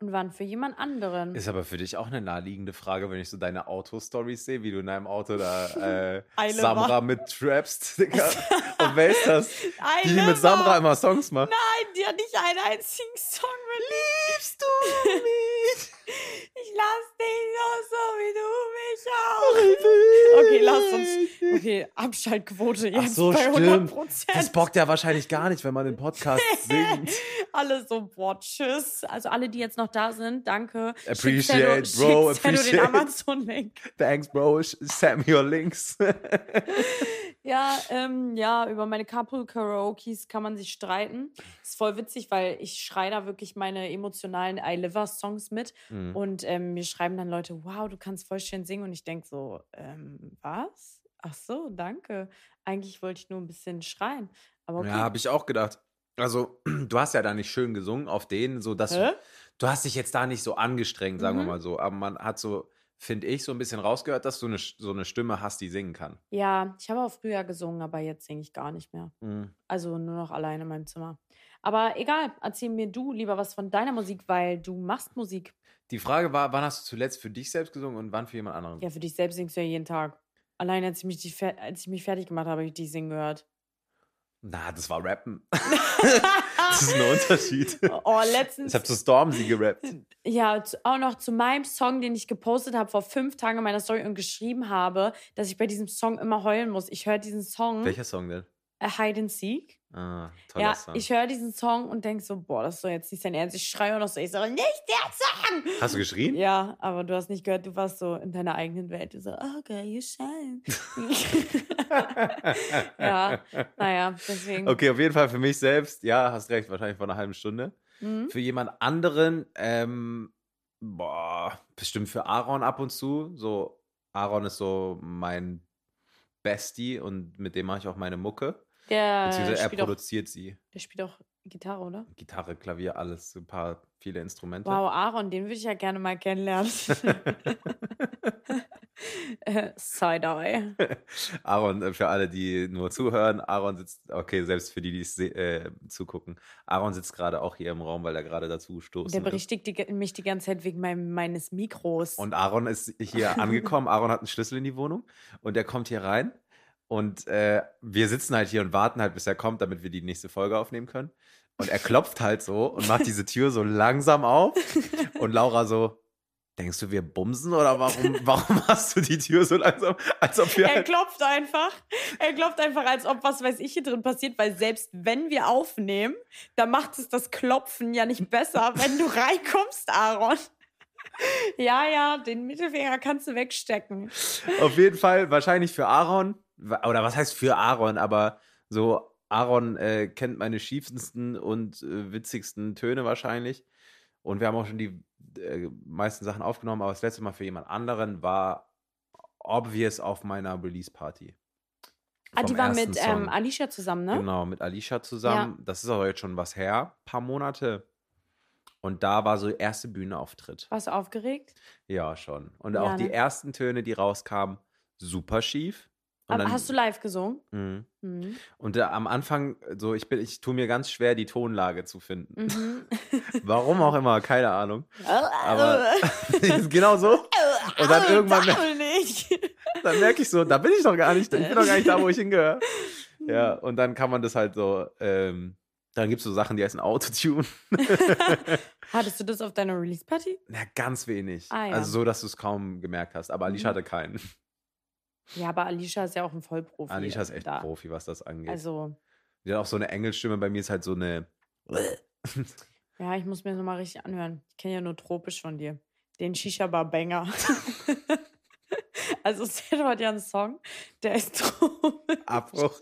S2: und wann für jemand anderen?
S3: Ist aber für dich auch eine naheliegende Frage, wenn ich so deine Auto-Stories sehe, wie du in deinem Auto
S2: [LAUGHS]
S3: da äh,
S2: Eile
S3: Samra mit trappst,
S2: [LAUGHS]
S3: Digga. Und wer ist das? Die, die mit Samra immer Songs macht.
S2: Nein, dir nicht einen einzigen Song Liebst du mich? [LAUGHS] Ich lass dich nur so, wie du mich auch. Okay, lass uns. Okay, Abschaltquote jetzt
S3: Ach so,
S2: bei 100
S3: stimmt.
S2: Prozent.
S3: Das bockt ja wahrscheinlich gar nicht, wenn man den
S2: [LAUGHS]
S3: Podcast singt.
S2: Alle so, boah, tschüss. Also alle, die jetzt noch da sind, danke.
S3: Appreciate,
S2: Schickst
S3: bro,
S2: schickst ja
S3: appreciate.
S2: nur den Amazon-Link.
S3: Thanks, Bro. Send me your
S2: [LAUGHS]
S3: links.
S2: Ja, ähm, ja, über meine Couple-Karaokes kann man sich streiten. Ist voll witzig, weil ich schreie da wirklich meine emotionalen I Liver-Songs mit.
S3: Mhm.
S2: Und ähm, mir schreiben dann Leute, wow, du kannst voll schön singen. Und ich denke so, ähm, was? Ach so, danke. Eigentlich wollte ich nur ein bisschen schreien. Aber okay.
S3: Ja, habe ich auch gedacht. Also, [CLEARS THROAT] du hast ja da nicht schön gesungen auf denen, so dass
S2: Hä?
S3: du hast dich jetzt da nicht so angestrengt, sagen wir
S2: Mhm.
S3: mal so. Aber man hat so, finde ich, so ein bisschen rausgehört, dass du eine, so eine Stimme hast, die singen kann.
S2: ja, ich habe auch früher gesungen, aber jetzt singe ich gar nicht mehr. Also nur noch alleine in meinem Zimmer. Aber egal, erzähl mir du lieber was von deiner Musik, weil du machst Musik.
S3: Die Frage war, wann hast du zuletzt für dich selbst gesungen und wann für jemand anderen?
S2: Ja, für dich selbst singst du ja jeden Tag. Allein als ich mich, die, fer- als ich mich fertig gemacht habe, habe ich dich
S3: [LAUGHS]
S2: singen gehört.
S3: Na, das war
S2: [LAUGHS]
S3: Rappen. das ist ein Unterschied.
S2: Oh, letztens.
S3: Ich habe zu Stormzy gerappt.
S2: Mhm. Ja, zu, auch noch zu meinem Song, den ich gepostet habe vor fünf Tagen in meiner Story und geschrieben habe, dass ich bei diesem Song immer heulen muss. Ich höre diesen Song,
S3: Welcher Song denn?
S2: äh, Hide and Seek.
S3: Ah, toller
S2: Ja,
S3: Song.
S2: ich höre diesen Song und denke so, boah, das ist doch jetzt nicht dein Ernst. Ich schreie noch so, ich so, nicht der Song!
S3: Hast du geschrien?
S2: Ja, aber du hast nicht gehört, du warst so in deiner eigenen Welt. Du so, okay, you shine. [LAUGHS]
S3: [LAUGHS]
S2: ja, naja, deswegen.
S3: Okay, auf jeden Fall für mich selbst, ja, hast recht, wahrscheinlich vor einer halben Stunde.
S2: Mhm.
S3: Für jemand anderen, ähm, boah, bestimmt für Aaron ab und zu. So, Aaron ist so mein Bestie und mit dem mache ich auch meine Mucke.
S2: Der,
S3: Beziehungsweise er
S2: Äh, spielt auch,
S3: produziert sie.
S2: der spielt auch Gitarre, oder?
S3: Gitarre, Klavier, alles, ein paar, viele Instrumente. [LAUGHS]
S2: Wow, Aaron, den würde ich ja gerne mal kennenlernen. [LAUGHS] Äh,
S3: [LAUGHS]
S2: Side-Eye.
S3: Aaron, äh, für alle, die nur zuhören, Aaron sitzt, okay, selbst für die, die es se- äh, zugucken, Aaron sitzt gerade auch hier im Raum, weil er gerade dazu stoßen
S2: Der
S3: wird.
S2: berichtigt die, mich die ganze Zeit wegen meinem, meines Mikros.
S3: Und Aaron ist hier angekommen. Aaron hat einen Schlüssel in die Wohnung und er kommt hier rein. Und äh, wir sitzen halt hier und warten halt, bis er kommt, damit wir die nächste Folge aufnehmen können. Und er klopft halt so und macht diese Tür so langsam auf. Und Laura so, denkst du, wir bumsen oder warum, warum hast du die Tür so langsam, als ob wir
S2: Er
S3: halt,
S2: klopft einfach. Er klopft einfach, als ob was weiß ich hier drin passiert, weil selbst wenn wir aufnehmen, dann macht es das Klopfen ja nicht
S3: [LAUGHS]
S2: besser, wenn du reinkommst, Aaron. [LAUGHS] Ja, ja, den Mittelfinger kannst du wegstecken.
S3: auf jeden Fall wahrscheinlich für Aaron, wa- oder was heißt für Aaron, aber so Aaron äh, kennt meine schiefsten und äh, witzigsten Töne wahrscheinlich. Und wir haben auch schon die äh, meisten Sachen aufgenommen, aber das letzte Mal für jemand anderen war obvious auf meiner Release-Party.
S2: Ah, die
S3: Vom
S2: war
S3: ersten
S2: mit
S3: Song.
S2: ähm, Alicia zusammen, ne?
S3: Genau, mit Alicia zusammen. Das ist aber jetzt schon was her, paar Monate. Und da war so erste Bühnenauftritt.
S2: Warst du aufgeregt?
S3: Ja, schon. Und
S2: Ja,
S3: auch die
S2: ne?
S3: ersten Töne, die rauskamen, super schief. Und
S2: Aber
S3: dann-
S2: hast du live gesungen?
S3: Mhm.
S2: Mhm.
S3: Und da am Anfang, so ich bin, ich tue mir ganz schwer, die Tonlage zu finden.
S2: Mhm.
S3: Warum auch immer, keine Ahnung. [LAUGHS] Aber-
S2: Mhm.
S3: genau so. [LAUGHS] Und
S2: Äh,
S3: dann irgendwann [LAUGHS] mer-
S2: Sag nicht.
S3: dann merke ich so, da bin ich doch gar nicht, ich bin doch gar nicht da, wo ich hingehöre.
S2: Mhm.
S3: Ja, und dann kann man das halt so, ähm, dann gibt es so Sachen, die heißen Autotune.
S2: Hattest du das auf deiner Release-Party?
S3: Na, ganz wenig.
S2: Ah, ja.
S3: Also so, dass du es kaum gemerkt hast. Aber Alicia
S2: Mhm.
S3: hatte keinen.
S2: Ja, aber Alicia ist ja auch ein Vollprofi.
S3: Alicia ist echt
S2: da.
S3: Profi, was das angeht.
S2: Also,
S3: die hat auch so eine Engelstimme, bei mir ist halt so eine.
S2: ja, ich muss mir das nochmal richtig anhören. Ich kenne ja nur tropisch von dir. Den Shisha-Bar-Banger. [LAUGHS] also, Sero hat ja einen Song, der ist tropisch. [LAUGHS]
S3: Abbruch.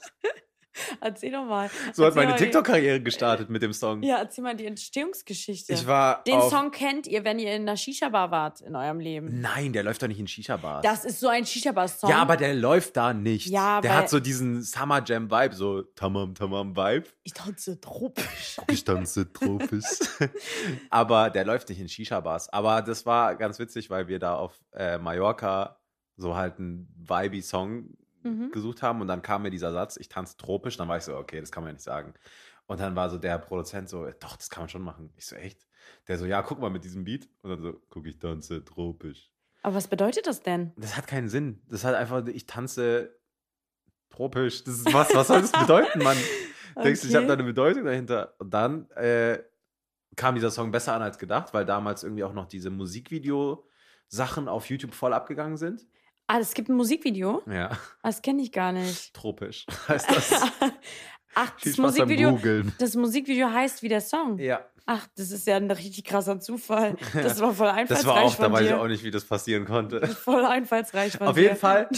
S2: Erzähl doch mal.
S3: So hat
S2: Erzähl
S3: meine
S2: mal die-
S3: TikTok-Karriere gestartet mit dem Song.
S2: Ja, erzähl mal die Entstehungsgeschichte.
S3: Ich war.
S2: Den
S3: auf
S2: Song kennt ihr, wenn ihr in einer Shisha-Bar wart in eurem Leben.
S3: Nein, der läuft doch nicht in Shisha-Bars.
S2: Das ist so ein Shisha-Bar-Song.
S3: Ja, aber der läuft da nicht.
S2: Ja,
S3: der
S2: weil-
S3: hat so diesen Summer Jam Vibe, so Tamam Tamam Vibe.
S2: Ich tanze tropisch.
S3: [LAUGHS] Ich tanze
S2: [LAUGHS]
S3: tropisch. aber der läuft nicht in Shisha Bars. Aber das war ganz witzig, weil wir da auf äh, Mallorca so halt einen vibey Song
S2: Mhm.
S3: gesucht haben und dann kam mir dieser Satz, ich tanze tropisch, dann war ich so, okay, das kann man ja nicht sagen. Und dann war so der Produzent so, doch, das kann man schon machen. Ich so, echt? Der so, ja, guck mal mit diesem Beat. Und dann so, guck, ich tanze tropisch.
S2: Aber was bedeutet das denn?
S3: Das hat keinen Sinn. Das hat einfach, ich tanze tropisch. Das ist was, was soll das bedeuten,
S2: [LAUGHS]
S3: Mann? Denkst du, ich habe da eine Bedeutung dahinter? Und dann äh, kam dieser Song besser an als gedacht, weil damals irgendwie auch noch diese Musikvideo-Sachen auf YouTube voll abgegangen sind.
S2: Ah, es gibt ein Musikvideo?
S3: Ja,
S2: Ah, das kenne ich gar
S3: [LAUGHS]
S2: nicht.
S3: tropisch heißt das.
S2: Ach,
S3: Viel Spaß
S2: das
S3: beim
S2: Musikvideo,
S3: Googeln.
S2: das Musikvideo heißt wie der Song.
S3: Ja,
S2: Ach, das ist ja ein richtig krasser
S3: [LAUGHS]
S2: Zufall. Das war voll einfallsreich
S3: das war auch,
S2: von
S3: da weiß ich
S2: dir.
S3: auch nicht, wie das passieren konnte.
S2: Voll einfallsreich von
S3: Auf
S2: dir.
S3: jeden
S2: [LAUGHS]
S3: Fall,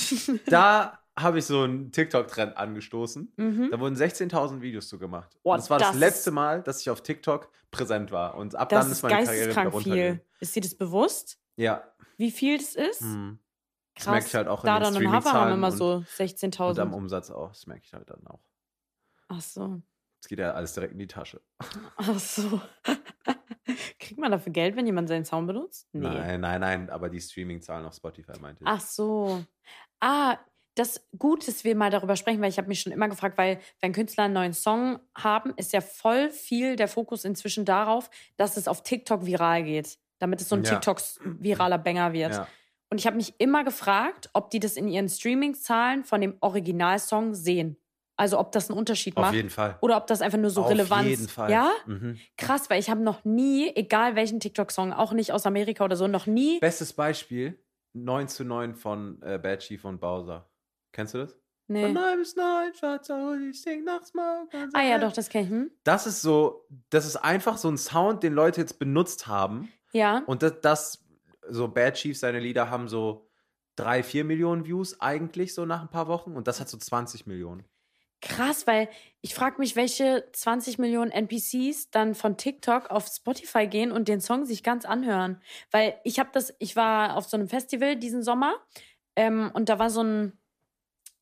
S3: da habe ich so einen TikTok-Trend angestoßen.
S2: Mhm.
S3: Da wurden 16.000 Videos zu gemacht.
S2: Boah,
S3: und das war das,
S2: das ist-
S3: letzte Mal, dass ich auf TikTok präsent war. Und ab
S2: Das
S3: dann ist
S2: ist
S3: meine Karriere wieder
S2: geisteskrank viel.
S3: runtergegangen.
S2: Ist dir das bewusst,
S3: Ja.
S2: wie viel das ist?
S3: Hm.
S2: Krass.
S3: Das merke ich halt auch in
S2: da
S3: den
S2: dann und Hafer haben
S3: Streaming-Zahlen
S2: immer so
S3: und, und am
S2: 16.000.
S3: Umsatz auch. Das merke ich halt dann auch.
S2: Ach so.
S3: Es geht ja alles direkt in die Tasche.
S2: Ach so. [LAUGHS] Kriegt man dafür Geld, wenn jemand seinen Sound benutzt? Nee.
S3: Nein, nein, nein, aber die Streaming-Zahlen auf Spotify meinte ich.
S2: Ach so. Ah, das gut, dass wir mal darüber sprechen, weil ich habe mich schon immer gefragt, weil wenn Künstler einen neuen Song haben, ist ja voll viel der Fokus inzwischen darauf, dass es auf TikTok viral geht, damit es so ein
S3: Ja.
S2: TikTok-viraler Banger wird.
S3: ja.
S2: Und ich habe mich immer gefragt, ob die das in ihren Streaming-Zahlen von dem Originalsong sehen. Also ob das einen Unterschied
S3: Auf
S2: macht.
S3: jeden Fall.
S2: Oder ob das einfach nur so
S3: auf
S2: relevant ist.
S3: jeden Fall.
S2: Ja?
S3: Mhm.
S2: Krass, weil ich habe noch nie, egal welchen TikTok-Song, auch nicht aus Amerika oder so, noch nie.
S3: Bestes Beispiel: 9 zu 9 von äh, Bad Chief und Bowser. Kennst du das? Von
S2: Nee.
S3: 9 bis 9, schwarzer Hund, ich sing nachts mal. ganz
S2: Ah ja,
S3: allein.
S2: doch, das kenne ich. Hm?
S3: Das ist so, das ist einfach so ein Sound, den Leute jetzt benutzt haben.
S2: Ja.
S3: Und das, das so Bad Chief, seine Lieder haben so drei, vier Millionen Views eigentlich so nach ein paar Wochen. Und das hat so 20 Millionen.
S2: Krass, weil ich frage mich, welche 20 Millionen NPCs dann von TikTok auf Spotify gehen und den Song sich ganz anhören. Weil ich habe das, ich war auf so einem Festival diesen Sommer ähm, und da war so ein,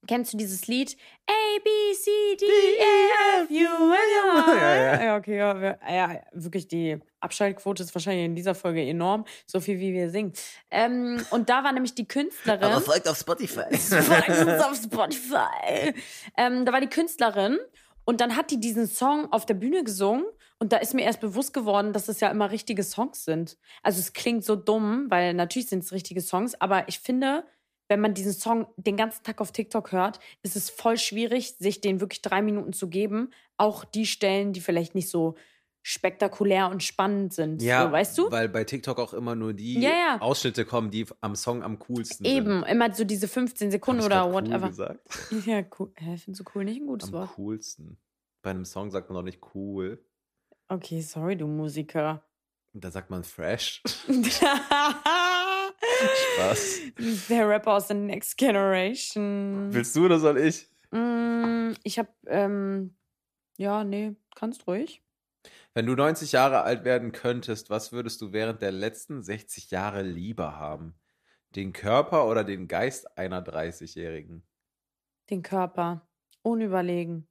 S2: Kennst du dieses Lied? A, B, C, D, E, F, U, N,
S3: [LAUGHS]
S2: I.
S3: Ja, ja.
S2: Ja, okay, ja, wir, ja, wirklich, die Abschaltquote ist wahrscheinlich in dieser Folge enorm, so viel wie wir singen. Ähm, und da war nämlich die Künstlerin.
S3: folgt auf
S2: [LAUGHS]
S3: Spotify. [LAUGHS]
S2: Folgt uns auf Spotify. Ähm, da war die Künstlerin und dann hat die diesen Song auf der Bühne gesungen und da ist mir erst bewusst geworden, dass es ja immer richtige Songs sind. Also es klingt so dumm, weil natürlich sind es richtige Songs, aber ich finde, wenn man diesen Song den ganzen Tag auf TikTok hört, ist es voll schwierig, sich den wirklich drei Minuten zu geben. Auch die Stellen, die vielleicht nicht so spektakulär und spannend sind.
S3: Ja,
S2: so, weißt du?
S3: Weil bei TikTok auch immer nur die
S2: Ja, ja.
S3: Ausschnitte kommen, die am Song am coolsten
S2: Eben,
S3: sind.
S2: immer so diese 15 Sekunden
S3: Hab ich grad
S2: oder
S3: cool
S2: whatever. [LAUGHS]
S3: Gesagt?
S2: Ja, cool. Hä, findest du cool nicht ein gutes
S3: Am
S2: Wort?
S3: coolsten. Bei einem Song sagt man doch nicht cool.
S2: Okay, sorry, du Musiker. [LAUGHS]
S3: Da sagt man fresh. [LAUGHS]
S2: [LAUGHS] Spaß. Der Rapper aus der Next Generation.
S3: Willst du oder soll ich?
S2: Mm, ich hab, ähm, ja, nee, kannst ruhig.
S3: Wenn du 90 Jahre alt werden könntest, was würdest du während der letzten 60 Jahre lieber haben? Den Körper oder den Geist einer 30-Jährigen?
S2: Den Körper. Unüberlegen.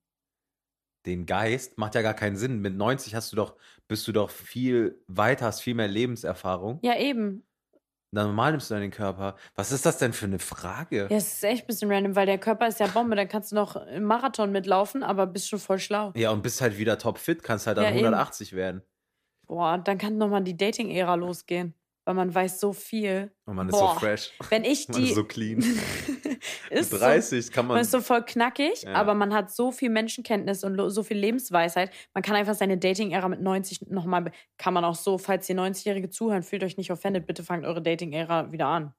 S3: Den Geist macht ja gar keinen Sinn. Mit 90 hast du doch, bist du doch viel weiter, hast viel mehr Lebenserfahrung.
S2: Ja, eben.
S3: Normal nimmst du dann den Körper. Was ist das denn für eine Frage?
S2: Ja, es ist echt ein bisschen random, weil der Körper ist ja Bombe. Dann kannst du noch im Marathon mitlaufen, aber bist schon voll schlau.
S3: Ja, und bist halt wieder topfit, kannst halt dann
S2: Ja, eben.
S3: 180 werden.
S2: Boah, dann kann nochmal die Dating-Ära losgehen. Weil man weiß so viel.
S3: Und man ist
S2: Boah.
S3: so fresh. [LAUGHS]
S2: Wenn ich die.
S3: Man ist so
S2: [LAUGHS]
S3: clean.
S2: ist
S3: Mit
S2: so
S3: 30 kann
S2: Man
S3: man.
S2: ist so voll knackig,
S3: Ja.
S2: aber man hat so viel Menschenkenntnis und lo- so viel Lebensweisheit. Man kann einfach seine Dating-Ära mit 90 nochmal, be- kann man auch so, falls ihr 90-Jährige zuhören, fühlt euch nicht offended, bitte fangt eure Dating-Ära wieder an.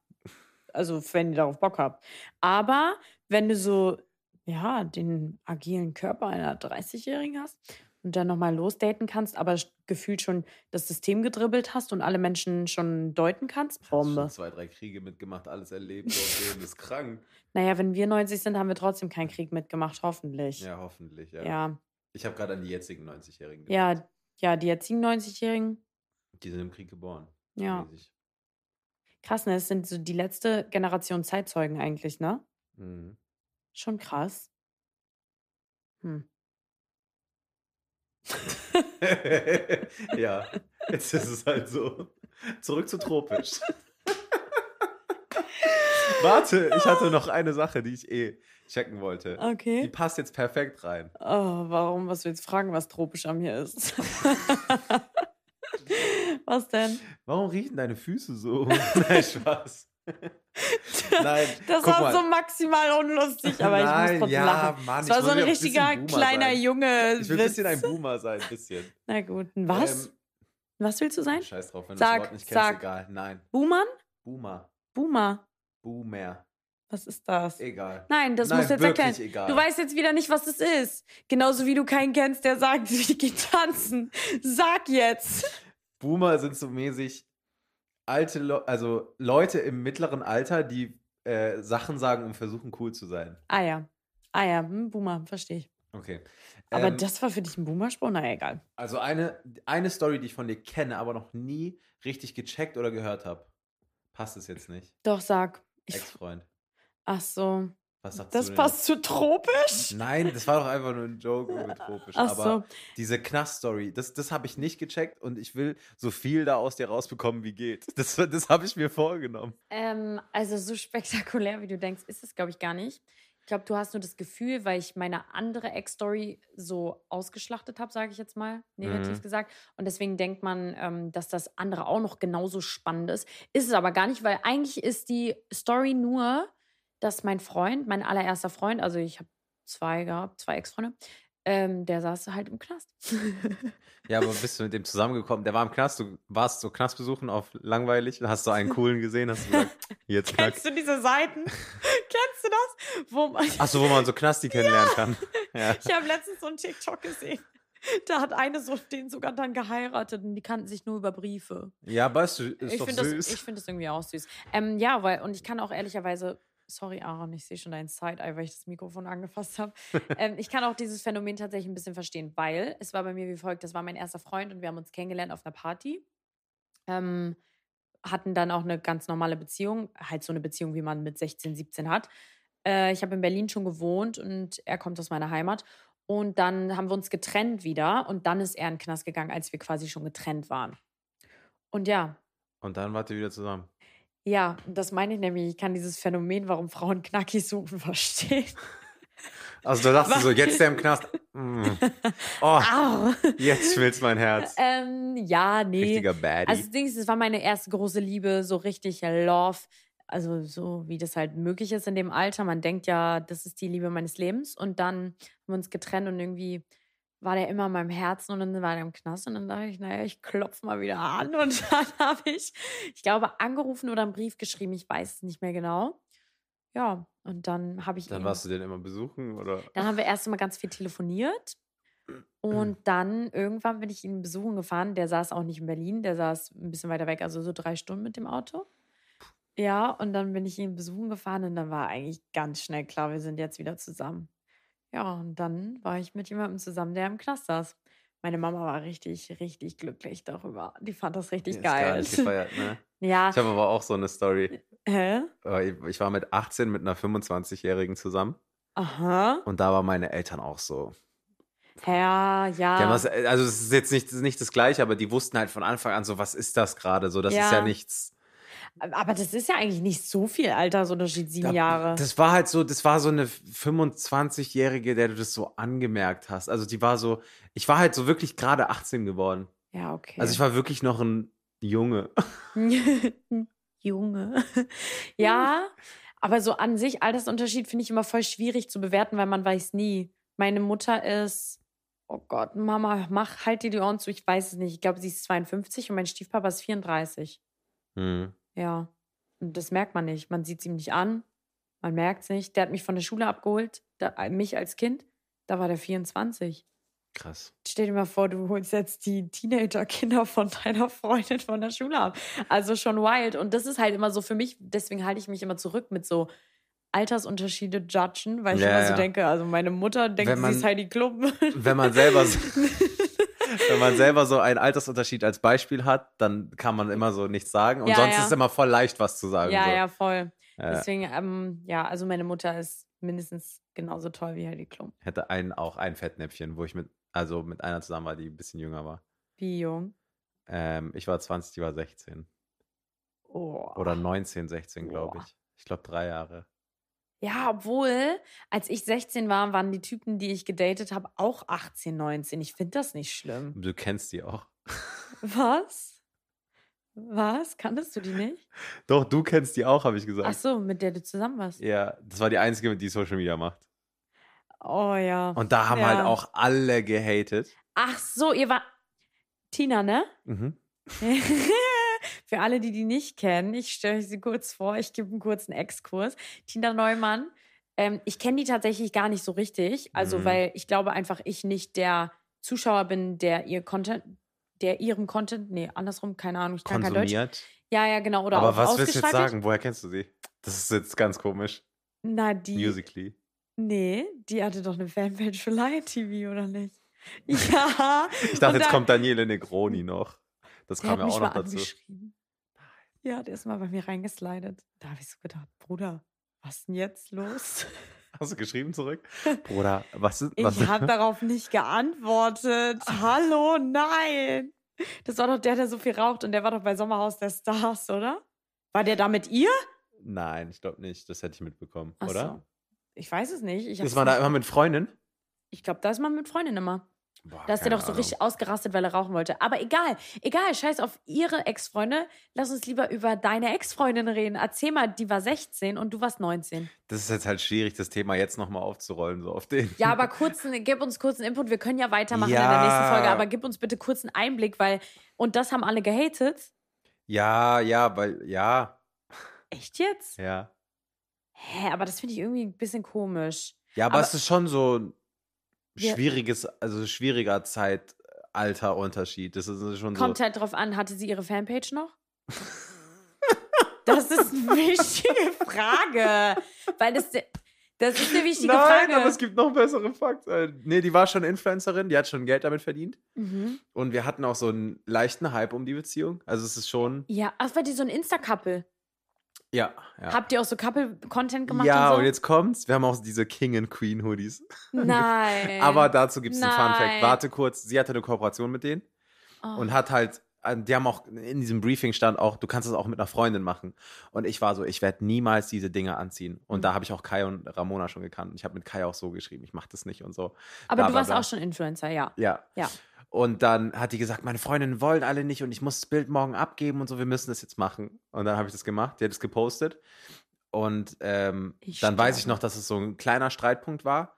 S2: Also, wenn ihr darauf Bock habt. Aber wenn du so, ja, den agilen Körper einer 30-Jährigen hast und dann nochmal losdaten kannst, aber sch- gefühlt schon das System gedribbelt hast und alle Menschen schon deuten kannst, Bombe.
S3: Schon zwei, drei Kriege mitgemacht, alles erlebt. So, Leben ist krank.
S2: Naja, wenn wir 90 sind, haben wir trotzdem keinen Krieg mitgemacht, hoffentlich.
S3: Ja, hoffentlich. Ja.
S2: ja.
S3: Ich habe gerade an die jetzigen 90-Jährigen gedacht.
S2: Ja, ja, die jetzigen 90-Jährigen.
S3: Die sind im Krieg geboren.
S2: Ja.
S3: mäßig.
S2: Krass, ne? Das sind so die letzte Generation Zeitzeugen eigentlich, ne?
S3: Mhm. [LAUGHS]
S2: Schon krass. Hm.
S3: ja, jetzt ist es halt so. Zurück zu tropisch. [LAUGHS] Warte, ich hatte noch eine Sache, die ich eh checken wollte. Die
S2: Okay.
S3: passt jetzt perfekt rein.
S2: Oh, warum? Was willst du fragen, was tropisch am hier ist?
S3: [LAUGHS]
S2: was denn?
S3: Warum riechen deine Füße so? [LAUGHS] Nein, Spaß.
S2: [LAUGHS]
S3: Nein,
S2: Das
S3: guck
S2: war
S3: mal.
S2: so maximal unlustig, aber
S3: Nein,
S2: ich muss trotzdem
S3: ja,
S2: lachen.
S3: Mann,
S2: Es
S3: ich
S2: war
S3: muss
S2: so ein
S3: wieder ein
S2: richtiger
S3: bisschen Boomer
S2: kleiner
S3: sein.
S2: Junge.
S3: Ich will ein
S2: Witz.
S3: bisschen ein Boomer sein, ein bisschen.
S2: Na gut, ein was?
S3: Ähm,
S2: was willst du sein?
S3: Scheiß drauf, wenn
S2: Sag,
S3: du das Wort nicht kennst,
S2: sag.
S3: egal. Nein,
S2: Boomer?
S3: Boomer,
S2: Boomer.
S3: Boomer,
S2: Was ist das?
S3: egal.
S2: Nein, das
S3: Nein,
S2: muss jetzt
S3: wirklich
S2: erklären.
S3: egal.
S2: Du weißt jetzt wieder nicht, was es ist. Genauso wie du keinen kennst, der sagt, [LAUGHS] ich geh tanzen. Sag jetzt.
S3: Boomer sind so mäßig alte, Le also Leute im mittleren Alter, die äh, Sachen sagen, um versuchen cool zu sein.
S2: Ah ja. Ah ja, hm, Boomer, verstehe ich.
S3: Okay.
S2: Aber
S3: Ähm,
S2: das war für dich ein Boomer-Spruch? Na egal.
S3: also eine, eine Story, die ich von dir kenne, aber noch nie richtig gecheckt oder gehört habe. Passt es jetzt nicht?
S2: Doch, sag. Ich,
S3: Ex-Freund.
S2: ach so.
S3: Was sagst du?
S2: Das
S3: denn
S2: passt zu tropisch?
S3: jetzt? Nein, das war doch einfach nur ein Joke mit tropisch.
S2: Ach
S3: aber
S2: so.
S3: diese Knast-Story, das, das habe ich nicht gecheckt und ich will so viel da aus dir rausbekommen, wie geht. Das, das habe ich mir vorgenommen.
S2: Ähm, also so [LAUGHS] spektakulär, wie du denkst, ist es, glaube ich, gar nicht. Ich glaube, du hast nur das Gefühl, weil ich meine andere Ex-Story so ausgeschlachtet habe, sage ich jetzt mal, negativ
S3: Mhm.
S2: gesagt. Und deswegen denkt man, ähm, dass das andere auch noch genauso spannend ist. Ist es aber gar nicht, weil eigentlich ist die Story nur, dass mein Freund, mein allererster Freund, also ich habe zwei gehabt, zwei Ex-Freunde, ähm, der saß halt im Knast.
S3: Ja, aber bist du mit dem zusammengekommen? Der war im Knast, du warst so Knastbesuchen auf langweilig, hast du einen coolen gesehen, hast du gesagt, jetzt
S2: Kennst
S3: knackt.
S2: du diese Seiten? Kennst du das? Wo man
S3: Achso, wo man so Knasti kennenlernen kann. Ja.
S2: Ich habe letztens so einen TikTok gesehen. Da hat eine so den sogar dann geheiratet und die kannten sich nur über Briefe.
S3: ja, aber ist, ist
S2: ich
S3: doch
S2: finde das,
S3: süß.
S2: ich find das irgendwie auch süß. Ähm, ja, weil, und ich kann auch ehrlicherweise, sorry Aaron, ich sehe schon dein Side-Eye, weil ich das Mikrofon
S3: [LAUGHS]
S2: angefasst habe. ähm, ich kann auch dieses Phänomen tatsächlich ein bisschen verstehen, weil es war bei mir wie folgt, das war mein erster Freund und wir haben uns kennengelernt auf einer Party. Ähm, hatten dann auch eine ganz normale Beziehung, halt so eine Beziehung, wie man mit 16, 17 hat. Äh, ich habe in Berlin schon gewohnt und er kommt aus meiner Heimat. Und dann haben wir uns getrennt wieder und dann ist er in den Knast gegangen, als wir quasi schon getrennt waren. Und ja,
S3: Und dann wart ihr wieder zusammen.
S2: ja, und das meine ich nämlich. Ich kann dieses Phänomen, warum Frauen Knackis suchen, [LAUGHS] verstehen.
S3: Also da dachtest du so,
S2: Weil-
S3: jetzt der im Knast.
S2: [LAUGHS]
S3: Mm. Oh,
S2: Au.
S3: jetzt schmilzt mein Herz.
S2: Ähm, ja, nee.
S3: Richtiger Baddie.
S2: Also das Ding ist, es war meine erste große Liebe, so richtig Love. Also so, wie das halt möglich ist in dem Alter. Man denkt ja, das ist die Liebe meines Lebens. Und dann haben wir uns getrennt und irgendwie war der immer in meinem Herzen und dann war der im Knast. Und dann dachte ich, naja, ich klopfe mal wieder an. Und [LAUGHS] dann habe ich, ich glaube, angerufen oder einen Brief geschrieben. Ich weiß es nicht mehr genau. Ja, und dann habe ich
S3: dann
S2: ihn-
S3: warst du den immer besuchen oder?
S2: dann haben wir erst einmal ganz viel telefoniert.
S3: [CLEARS THROAT]
S2: Und dann irgendwann bin ich ihn besuchen gefahren. Der saß auch nicht in Berlin, der saß ein bisschen weiter weg, also so drei Stunden mit dem Auto. Ja, und dann bin ich ihn besuchen gefahren und dann war eigentlich ganz schnell klar, wir sind jetzt wieder zusammen. Ja, und dann war ich mit jemandem zusammen, der im Knast saß. Meine Mama war richtig, richtig glücklich darüber. Die fand das richtig
S3: Ist
S2: geil.
S3: Gefeiert, ne?
S2: [LAUGHS] ja,
S3: Ich habe aber auch so eine Story.
S2: hä?
S3: Äh, Ich ich war mit 18 mit einer 25-Jährigen zusammen
S2: Aha.
S3: und da waren meine Eltern auch so.
S2: Ja,
S3: Die haben
S2: ja.
S3: das, also es ist jetzt nicht, es ist nicht das Gleiche, aber die wussten halt von Anfang an so, was ist das gerade? So, das ist ja
S2: Ja.
S3: nichts.
S2: Aber das ist ja eigentlich nicht so viel Altersunterschied, sieben
S3: Da-
S2: Jahre.
S3: Das war halt so, das war so eine 25-Jährige, der du das so angemerkt hast. Also die war so, ich war halt so wirklich gerade 18 geworden.
S2: Ja, okay.
S3: Also ich war wirklich noch ein Junge. [LAUGHS]
S2: [LAUGHS] Junge. ja, aber so an sich, Altersunterschied finde ich immer voll schwierig zu bewerten, weil man weiß nie. Meine Mutter ist, oh Gott, Mama, mach, halt dir die Ohren zu, ich weiß es nicht. Ich glaube, sie ist 52 und mein Stiefpapa ist 34.
S3: Hm.
S2: Ja. Und das merkt man nicht. Man sieht es ihm nicht an. Man merkt es nicht. Der hat mich von der Schule abgeholt, da, äh, mich als Kind. Da war der 24.
S3: Krass.
S2: Stell dir mal vor, du holst jetzt die Teenager-Kinder von [LAUGHS] deiner Freundin von der Schule ab. Also schon wild. Und das ist halt immer so für mich, deswegen halte ich mich immer zurück mit so Altersunterschiede judgen, weil ich
S3: Ja,
S2: immer so
S3: ja.
S2: denke, also meine Mutter denkt,
S3: Wenn man-
S2: sie ist Heidi Klum.
S3: Wenn man selber so, [LAUGHS] wenn man selber so einen Altersunterschied als Beispiel hat, dann kann man immer so nichts sagen. Und
S2: Ja,
S3: sonst
S2: ja.
S3: ist es immer voll leicht, was zu sagen.
S2: [LAUGHS] ja,
S3: so.
S2: ja, voll.
S3: Äh,
S2: Deswegen, ähm, ja, also meine Mutter ist mindestens genauso toll wie Heidi Klum.
S3: hätte einen auch ein Fettnäpfchen, wo ich mit, also mit einer zusammen war, die ein bisschen jünger war.
S2: Wie jung.
S3: Ähm, ich war 20, die war 16.
S2: Oh.
S3: Oder 19, 16, glaube
S2: Boah.
S3: ich. Ich glaube, drei Jahre.
S2: Ja, obwohl, als ich 16 war, waren die Typen, die ich gedatet habe, auch 18, 19. Ich finde das nicht schlimm.
S3: Du kennst die auch.
S2: Was? Was? Kanntest du die nicht?
S3: Doch, du kennst die auch, habe ich gesagt.
S2: Ach so, mit der du zusammen warst.
S3: Ja, das war die einzige, die Social Media macht.
S2: Oh ja.
S3: Und da haben halt
S2: Ja.
S3: auch alle gehatet.
S2: Ach so, ihr war Tina, ne? [LAUGHS]
S3: Mhm.
S2: Für alle, die die nicht kennen, ich stelle sie kurz vor, ich gebe einen kurzen Exkurs. Tina Neumann, ähm, ich kenne die tatsächlich gar nicht so richtig, also
S3: Mhm.
S2: weil ich glaube einfach, ich nicht der Zuschauer bin, der ihr Content, der ihrem Content, nee, andersrum, keine Ahnung, ich kann kein Deutsch.
S3: Konsumiert.
S2: Ja, ja, genau, oder auch
S3: Aber was willst du jetzt
S2: ausgeschaltet.
S3: sagen? Woher kennst du sie? Das ist jetzt ganz komisch.
S2: Na, die,
S3: Musically.
S2: Nee, die hatte doch eine Fanpage für Lion TV,
S3: [LAUGHS]
S2: oder nicht? Ja.
S3: Ich dachte,
S2: und
S3: jetzt
S2: da-
S3: kommt Daniele Negroni noch. Das
S2: der
S3: kam
S2: hat
S3: ja
S2: mich
S3: auch
S2: mal
S3: noch dazu.
S2: angeschrieben. Ja, der ist mal bei mir reingeslidet. Da habe ich so gedacht, Bruder, was ist denn jetzt los?
S3: Hast du geschrieben
S2: [LAUGHS]
S3: zurück? Bruder, was ist [LAUGHS]
S2: Ich
S3: was? [LAUGHS]
S2: habe darauf nicht geantwortet. Hallo, nein. Das war doch der, der so viel raucht und der war doch bei Sommerhaus der Stars, oder? War der da mit ihr?
S3: Nein, ich glaube nicht. Das hätte ich mitbekommen,
S2: Ach
S3: oder?
S2: Ich weiß es nicht. Ich,
S3: Ist
S2: hab's
S3: man da
S2: nicht-
S3: immer mit Freundin?
S2: ich glaube, da ist man mit Freundin immer.
S3: Boah,
S2: Da ist er
S3: keine
S2: doch so
S3: Ahnung.
S2: richtig ausgerastet, weil er rauchen wollte. Aber egal, egal, scheiß auf ihre Ex-Freunde. Lass uns lieber über deine Ex-Freundin reden. Erzähl mal, die war 16 und du warst 19.
S3: Das ist jetzt halt schwierig, das Thema jetzt nochmal aufzurollen, so auf den.
S2: Ja,
S3: [LAUGHS]
S2: aber kurzen, gib uns kurzen Input. Wir können ja weitermachen in
S3: Ja.
S2: der nächsten Folge, aber gib uns bitte kurzen Einblick, weil, und das haben alle gehatet.
S3: Ja, ja, weil, ja,
S2: Echt jetzt?
S3: ja.
S2: Hä, aber das finde ich irgendwie ein bisschen komisch.
S3: Ja, aber,
S2: Aber-
S3: es ist schon so ein
S2: Ja.
S3: schwieriges, also schwieriger Zeitalterunterschied. Das ist schon
S2: Kommt
S3: so.
S2: halt drauf an, hatte sie ihre Fanpage noch? Das ist
S3: [LAUGHS]
S2: eine wichtige Frage. Weil das, das ist eine wichtige Frage.
S3: aber es gibt noch bessere Fakten. Äh, Nee, die war schon Influencerin, die hat schon Geld damit verdient.
S2: mhm.
S3: Und wir hatten auch so einen leichten Hype um die Beziehung. Also es ist schon.
S2: Ja, ach, war die so ein Insta-Couple?
S3: Ja, ja.
S2: Habt ihr auch so Couple-Content gemacht?
S3: ja,
S2: und, so?
S3: und jetzt kommt's. Wir haben auch diese King and Queen Hoodies. [LAUGHS]
S2: Nein.
S3: Aber dazu gibt's einen Fun Fact.
S2: Nein.
S3: Warte kurz. Sie hatte eine Kooperation mit denen
S2: Oh.
S3: und hat halt, äh, die haben auch in diesem Briefing stand auch, du kannst das auch mit einer Freundin machen. Und ich war so, ich werde niemals diese Dinge anziehen.
S2: Mhm.
S3: Und da habe ich auch Kai und Ramona schon gekannt. Und ich habe mit Kai auch so geschrieben, ich mache das nicht und so.
S2: Aber
S3: bla,
S2: du
S3: bla,
S2: warst
S3: bla.
S2: auch schon Influencer, ja.
S3: Ja.
S2: Ja.
S3: Und dann hat die gesagt, meine Freundinnen wollen alle nicht und ich muss das Bild morgen abgeben und so, wir müssen das jetzt machen. Und dann habe ich das gemacht, die hat es gepostet. Und ähm,
S2: Ich
S3: dann weiß ich
S2: sterbe.
S3: noch, dass es so ein kleiner Streitpunkt war,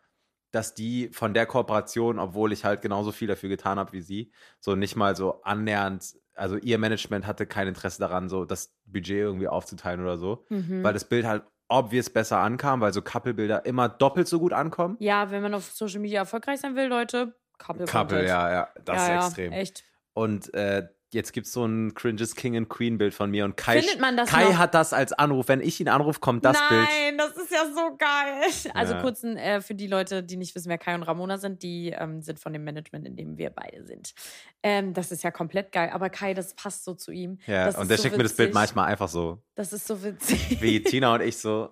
S3: dass die von der Kooperation, obwohl ich halt genauso viel dafür getan habe wie sie, so nicht mal so annähernd, also ihr Management hatte kein Interesse daran, so das Budget irgendwie aufzuteilen oder so,
S2: Mhm.
S3: weil das Bild halt obvious besser ankam, weil so Couple-Bilder immer doppelt so gut ankommen.
S2: Ja, wenn man auf Social Media erfolgreich sein will, Leute, Couple.
S3: Couple,
S2: Content.
S3: ja, ja, das
S2: ja,
S3: ist
S2: ja,
S3: extrem.
S2: Echt.
S3: Und äh, jetzt gibt es so ein cringes King and Queen Bild von mir und Kai,
S2: Findet man das
S3: Kai
S2: noch?
S3: hat das als Anruf. Wenn ich ihn anrufe, kommt das Bild.
S2: Nein, das ist ja so geil. Also
S3: Ja.
S2: kurz äh, für die Leute, die nicht wissen, wer Kai und Ramona sind, die ähm, sind von dem Management, in dem wir beide sind. Ähm, das ist ja komplett geil. Aber Kai, das passt so zu ihm.
S3: Ja,
S2: das
S3: und
S2: ist
S3: der
S2: so
S3: schickt mir das Bild
S2: witzig.
S3: manchmal einfach so,
S2: Das ist so witzig. [LAUGHS]
S3: wie Tina und ich so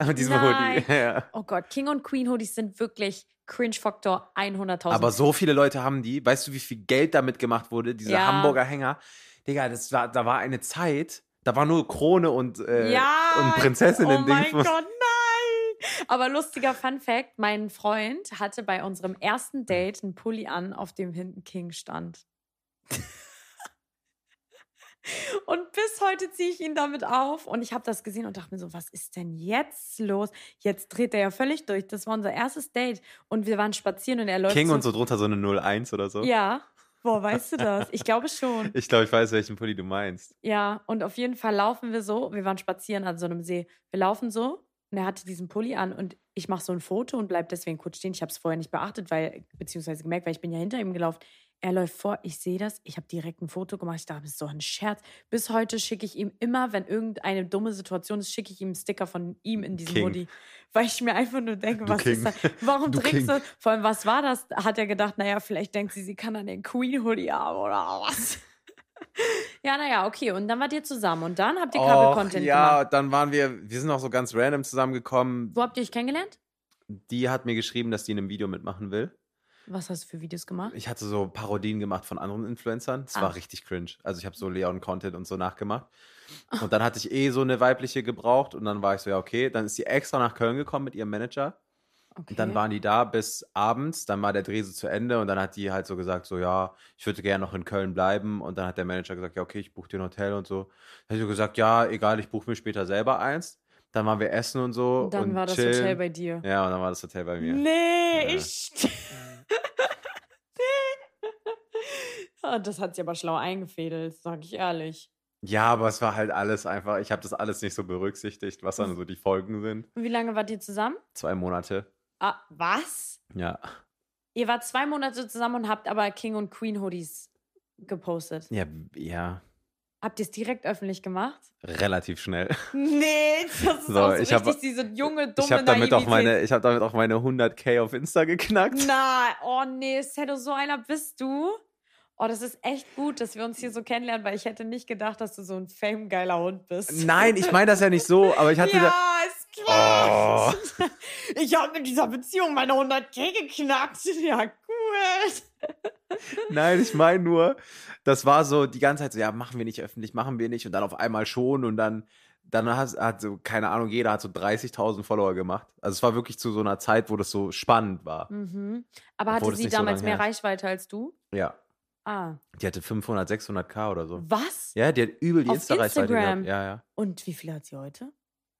S3: [LAUGHS] mit diesem
S2: Nein.
S3: Hoodie. [LAUGHS] Ja.
S2: Oh Gott, King und Queen Hoodies sind wirklich Cringe-Faktor 100.000.
S3: Aber so viele Leute haben die. Weißt du, wie viel Geld damit gemacht wurde? Diese
S2: Ja.
S3: Hamburger Hänger. Digga, das war, da war eine Zeit, da war nur Krone und, äh,
S2: ja,
S3: und
S2: Oh
S3: Prinzessinnen
S2: mein Gott, nein! Aber lustiger Fun Fact: Mein Freund hatte bei unserem ersten Date einen Pulli an, auf dem hinten King stand. [LAUGHS] Und bis heute ziehe ich ihn damit auf. Und ich habe das gesehen und dachte mir so, was ist denn jetzt los? Jetzt dreht er ja völlig durch. Das war unser erstes Date. Und wir waren spazieren und er läuft
S3: King
S2: so,
S3: und so drunter so eine 01 oder so.
S2: Ja. Boah, weißt du das? Ich glaube schon.
S3: Ich glaube, ich weiß, welchen Pulli du meinst.
S2: Ja, und auf jeden Fall laufen wir so. Wir waren spazieren an so einem See. Wir laufen so und er hatte diesen Pulli an und ich mache so ein Foto und bleib deswegen kurz stehen. Ich habe es vorher nicht beachtet, weil, beziehungsweise gemerkt, weil ich bin ja hinter ihm gelaufen. Er läuft vor, ich sehe das, ich habe direkt ein Foto gemacht. Ich dachte, das ist doch ein Scherz. Bis heute schicke ich ihm immer, wenn irgendeine dumme Situation ist, schicke ich ihm einen Sticker von ihm in diesem
S3: King.
S2: Hoodie. Weil ich mir einfach nur denke,
S3: Du
S2: was
S3: King.
S2: ist das? Warum
S3: Du King.
S2: trägst du? Vor allem, was war das? Hat er gedacht, naja, vielleicht denkt sie, sie kann an den Queen-Hoodie haben oder was? Ja, naja, okay. Und dann wart ihr zusammen und dann habt ihr
S3: Och,
S2: Kabel-Content
S3: ja,
S2: gemacht.
S3: dann waren wir, wir sind auch so ganz random zusammengekommen.
S2: Wo habt ihr euch kennengelernt?
S3: Die hat mir geschrieben, dass die in einem Video mitmachen will.
S2: Was hast du für Videos gemacht?
S3: Ich hatte so Parodien gemacht von anderen Influencern. Das war
S2: Ach.
S3: richtig cringe. Also ich habe so Leon-Content und so nachgemacht. Und dann hatte ich eh so eine weibliche gebraucht und dann war ich so, ja, okay. Dann ist sie extra nach Köln gekommen mit ihrem Manager.
S2: Okay.
S3: Und dann waren die da bis abends, dann war der Dreh so zu Ende und dann hat die halt so gesagt, so ja, ich würde gerne noch in Köln bleiben und dann hat der Manager gesagt, ja, okay, ich buche dir ein Hotel und so. Dann hat sie gesagt, ja, egal, ich buche mir später selber eins. Dann waren wir essen und so.
S2: Und dann
S3: und
S2: war das
S3: chillen.
S2: Hotel bei dir.
S3: Ja, und dann war das Hotel bei mir.
S2: Nee,
S3: Ja.
S2: ich. [LAUGHS] nee. Oh, Das hat sie aber schlau eingefädelt, sag ich ehrlich.
S3: Ja, aber es war halt alles einfach, ich habe das alles nicht so berücksichtigt, was dann so die Folgen sind.
S2: Und wie lange wart ihr zusammen?
S3: Zwei Monate.
S2: Ah, was?
S3: Ja.
S2: Ihr wart zwei Monate zusammen und habt aber King und Queen Hoodies gepostet.
S3: Ja, ja,
S2: Habt ihr es direkt öffentlich gemacht?
S3: relativ schnell.
S2: Nee, das ist
S3: So,
S2: auch so
S3: ich
S2: richtig
S3: hab-
S2: diese junge, dumme
S3: ich habe damit, auch
S2: Naivität.
S3: meine- ich hab damit auch meine 100k auf Insta geknackt.
S2: Na, oh nee, Sedo, so einer bist du. Oh, das ist echt gut, dass wir uns hier so kennenlernen, weil ich hätte nicht gedacht, dass du so ein famegeiler Hund bist.
S3: Nein, ich meine das ja nicht so, aber ich hatte da,
S2: ja, ist klar. Ich habe mit dieser Beziehung meine 100k geknackt. [LAUGHS] Ja, cool.
S3: [LAUGHS] Nein, ich meine nur, das war so die ganze Zeit so, ja, machen wir nicht öffentlich, machen wir nicht und dann auf einmal schon und dann, dann hat, hat so, keine Ahnung, jeder hat so 30.000 Follower gemacht. Also es war wirklich zu so einer Zeit, wo das so spannend war.
S2: Mhm.
S3: Obwohl
S2: Aber hatte
S3: das
S2: sie
S3: nicht so
S2: damals
S3: lang
S2: mehr
S3: her
S2: Reichweite als du?
S3: Ja,
S2: Ah,
S3: die hatte 500, 600k oder so.
S2: was?
S3: Ja, die hat übel die
S2: Auf
S3: Insta-Reichweite
S2: Instagram.
S3: gehabt. Ja, ja,
S2: Und wie viel hat sie heute?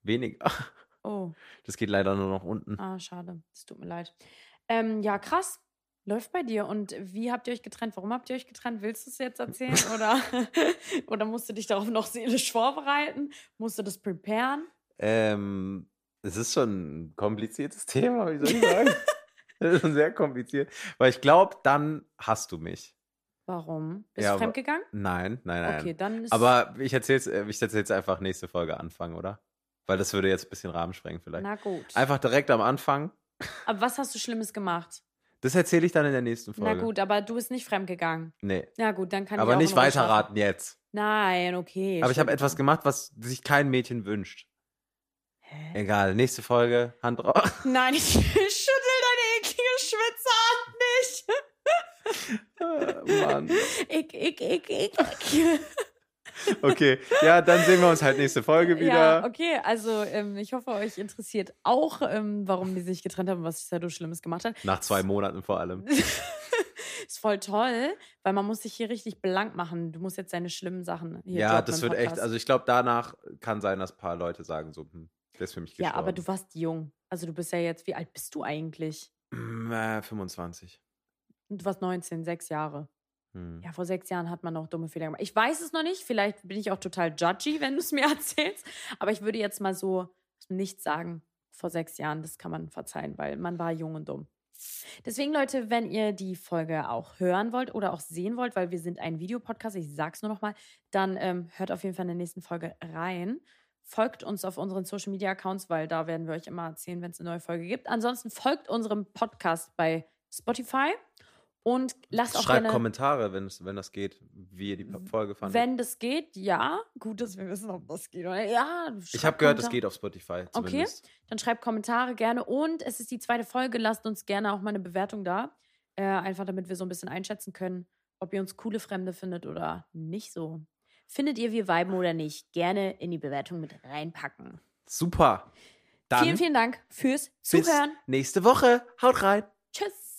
S3: wenig. [LAUGHS]
S2: Oh,
S3: Das geht leider nur noch unten.
S2: ah, schade. Es tut mir leid. Ähm, ja, krass. Läuft bei dir. Und wie habt ihr euch getrennt? Warum habt ihr euch getrennt? Willst du es
S3: [LAUGHS]
S2: jetzt erzählen? Oder, [LAUGHS] oder musst du dich darauf noch seelisch vorbereiten? Musst du das preparen?
S3: Ähm, es ist schon ein kompliziertes Thema, wie soll ich
S2: [LAUGHS]
S3: sagen? Das ist schon sehr kompliziert, weil ich glaube, dann hast du mich.
S2: Warum? Bist
S3: Ja,
S2: du
S3: aber-
S2: fremdgegangen?
S3: Nein, nein, nein.
S2: Okay, dann ist.
S3: Aber ich erzähl's, äh, ich erzähl's einfach nächste Folge anfangen, oder? Weil das würde jetzt ein bisschen Rahmen sprengen vielleicht.
S2: Na gut.
S3: Einfach direkt am Anfang.
S2: Aber was hast du Schlimmes gemacht?
S3: Das erzähle ich dann in der nächsten Folge.
S2: Na gut, aber du bist nicht fremdgegangen.
S3: Nee.
S2: Na gut, dann kann ich
S3: aber
S2: auch
S3: nicht
S2: in Ruhe
S3: weiter
S2: schlafen.
S3: raten jetzt.
S2: Nein, okay.
S3: Aber ich habe etwas gemacht, was sich kein Mädchen wünscht.
S2: Hä?
S3: Egal, nächste Folge, Hand
S2: [LAUGHS]
S3: drauf.
S2: [LAUGHS] Nein, ich schüttel deine eklige
S3: [LAUGHS]
S2: Schwitze an
S3: [LAUGHS] Mann.
S2: nicht. Ich, ich, ich, ich.
S3: Okay, ja, dann sehen wir uns halt nächste Folge wieder.
S2: Ja, okay, also ähm, ich hoffe, euch interessiert auch, ähm, warum die sich getrennt haben, was Shadow Schlimmes gemacht hat. [LAUGHS]
S3: Nach zwei Monaten vor allem.
S2: Ist voll toll, weil man muss sich hier richtig blank machen. Du musst jetzt deine schlimmen Sachen hier
S3: Ja,
S2: droppen
S3: das
S2: im
S3: wird echt,
S2: Podcast.
S3: also ich glaube, danach kann sein, dass ein paar Leute sagen, so, hm, der ist für mich
S2: Ja,
S3: gestorben.
S2: aber du warst jung. Also du bist ja jetzt, wie alt bist du eigentlich?
S3: Hm, Äh, 25.
S2: Du warst 19, sechs Jahre.
S3: Hm.
S2: Ja, vor sechs Jahren hat man noch dumme Fehler gemacht. Ich weiß es noch nicht. Vielleicht bin ich auch total judgy, wenn du es mir [LAUGHS] erzählst. Aber ich würde jetzt mal so nicht sagen, vor sechs Jahren, das kann man verzeihen, weil man war jung und dumm. Deswegen, Leute, wenn ihr die Folge auch hören wollt oder auch sehen wollt, weil wir sind ein Videopodcast, ich sag's nur nochmal, dann ähm, hört auf jeden Fall in der nächsten Folge rein. Folgt uns auf unseren Social Media Accounts, weil da werden wir euch immer erzählen, wenn es eine neue Folge gibt. Ansonsten folgt unserem Podcast bei Spotify und lasst auch
S3: Schreibt
S2: gerne
S3: Kommentare, wenn, es- wenn das geht, wie ihr die Folge fandet.
S2: wenn das geht, ja. Gut, dass wir wissen, ob das geht. Oder? Ja,
S3: ich
S2: schreibt
S3: habe gehört, es
S2: Kommentar-
S3: geht auf Spotify.
S2: Okay.
S3: Zumindest.
S2: Dann schreibt Kommentare gerne. Und es ist die zweite Folge. Lasst uns gerne auch mal eine Bewertung da. Äh, einfach damit wir so ein bisschen einschätzen können, ob ihr uns coole Fremde findet oder nicht so. Findet ihr wir Weiben oder nicht? Gerne in die Bewertung mit reinpacken.
S3: Super. Dann
S2: vielen, vielen Dank fürs
S3: bis
S2: Zuhören.
S3: nächste Woche. Haut rein.
S2: Tschüss.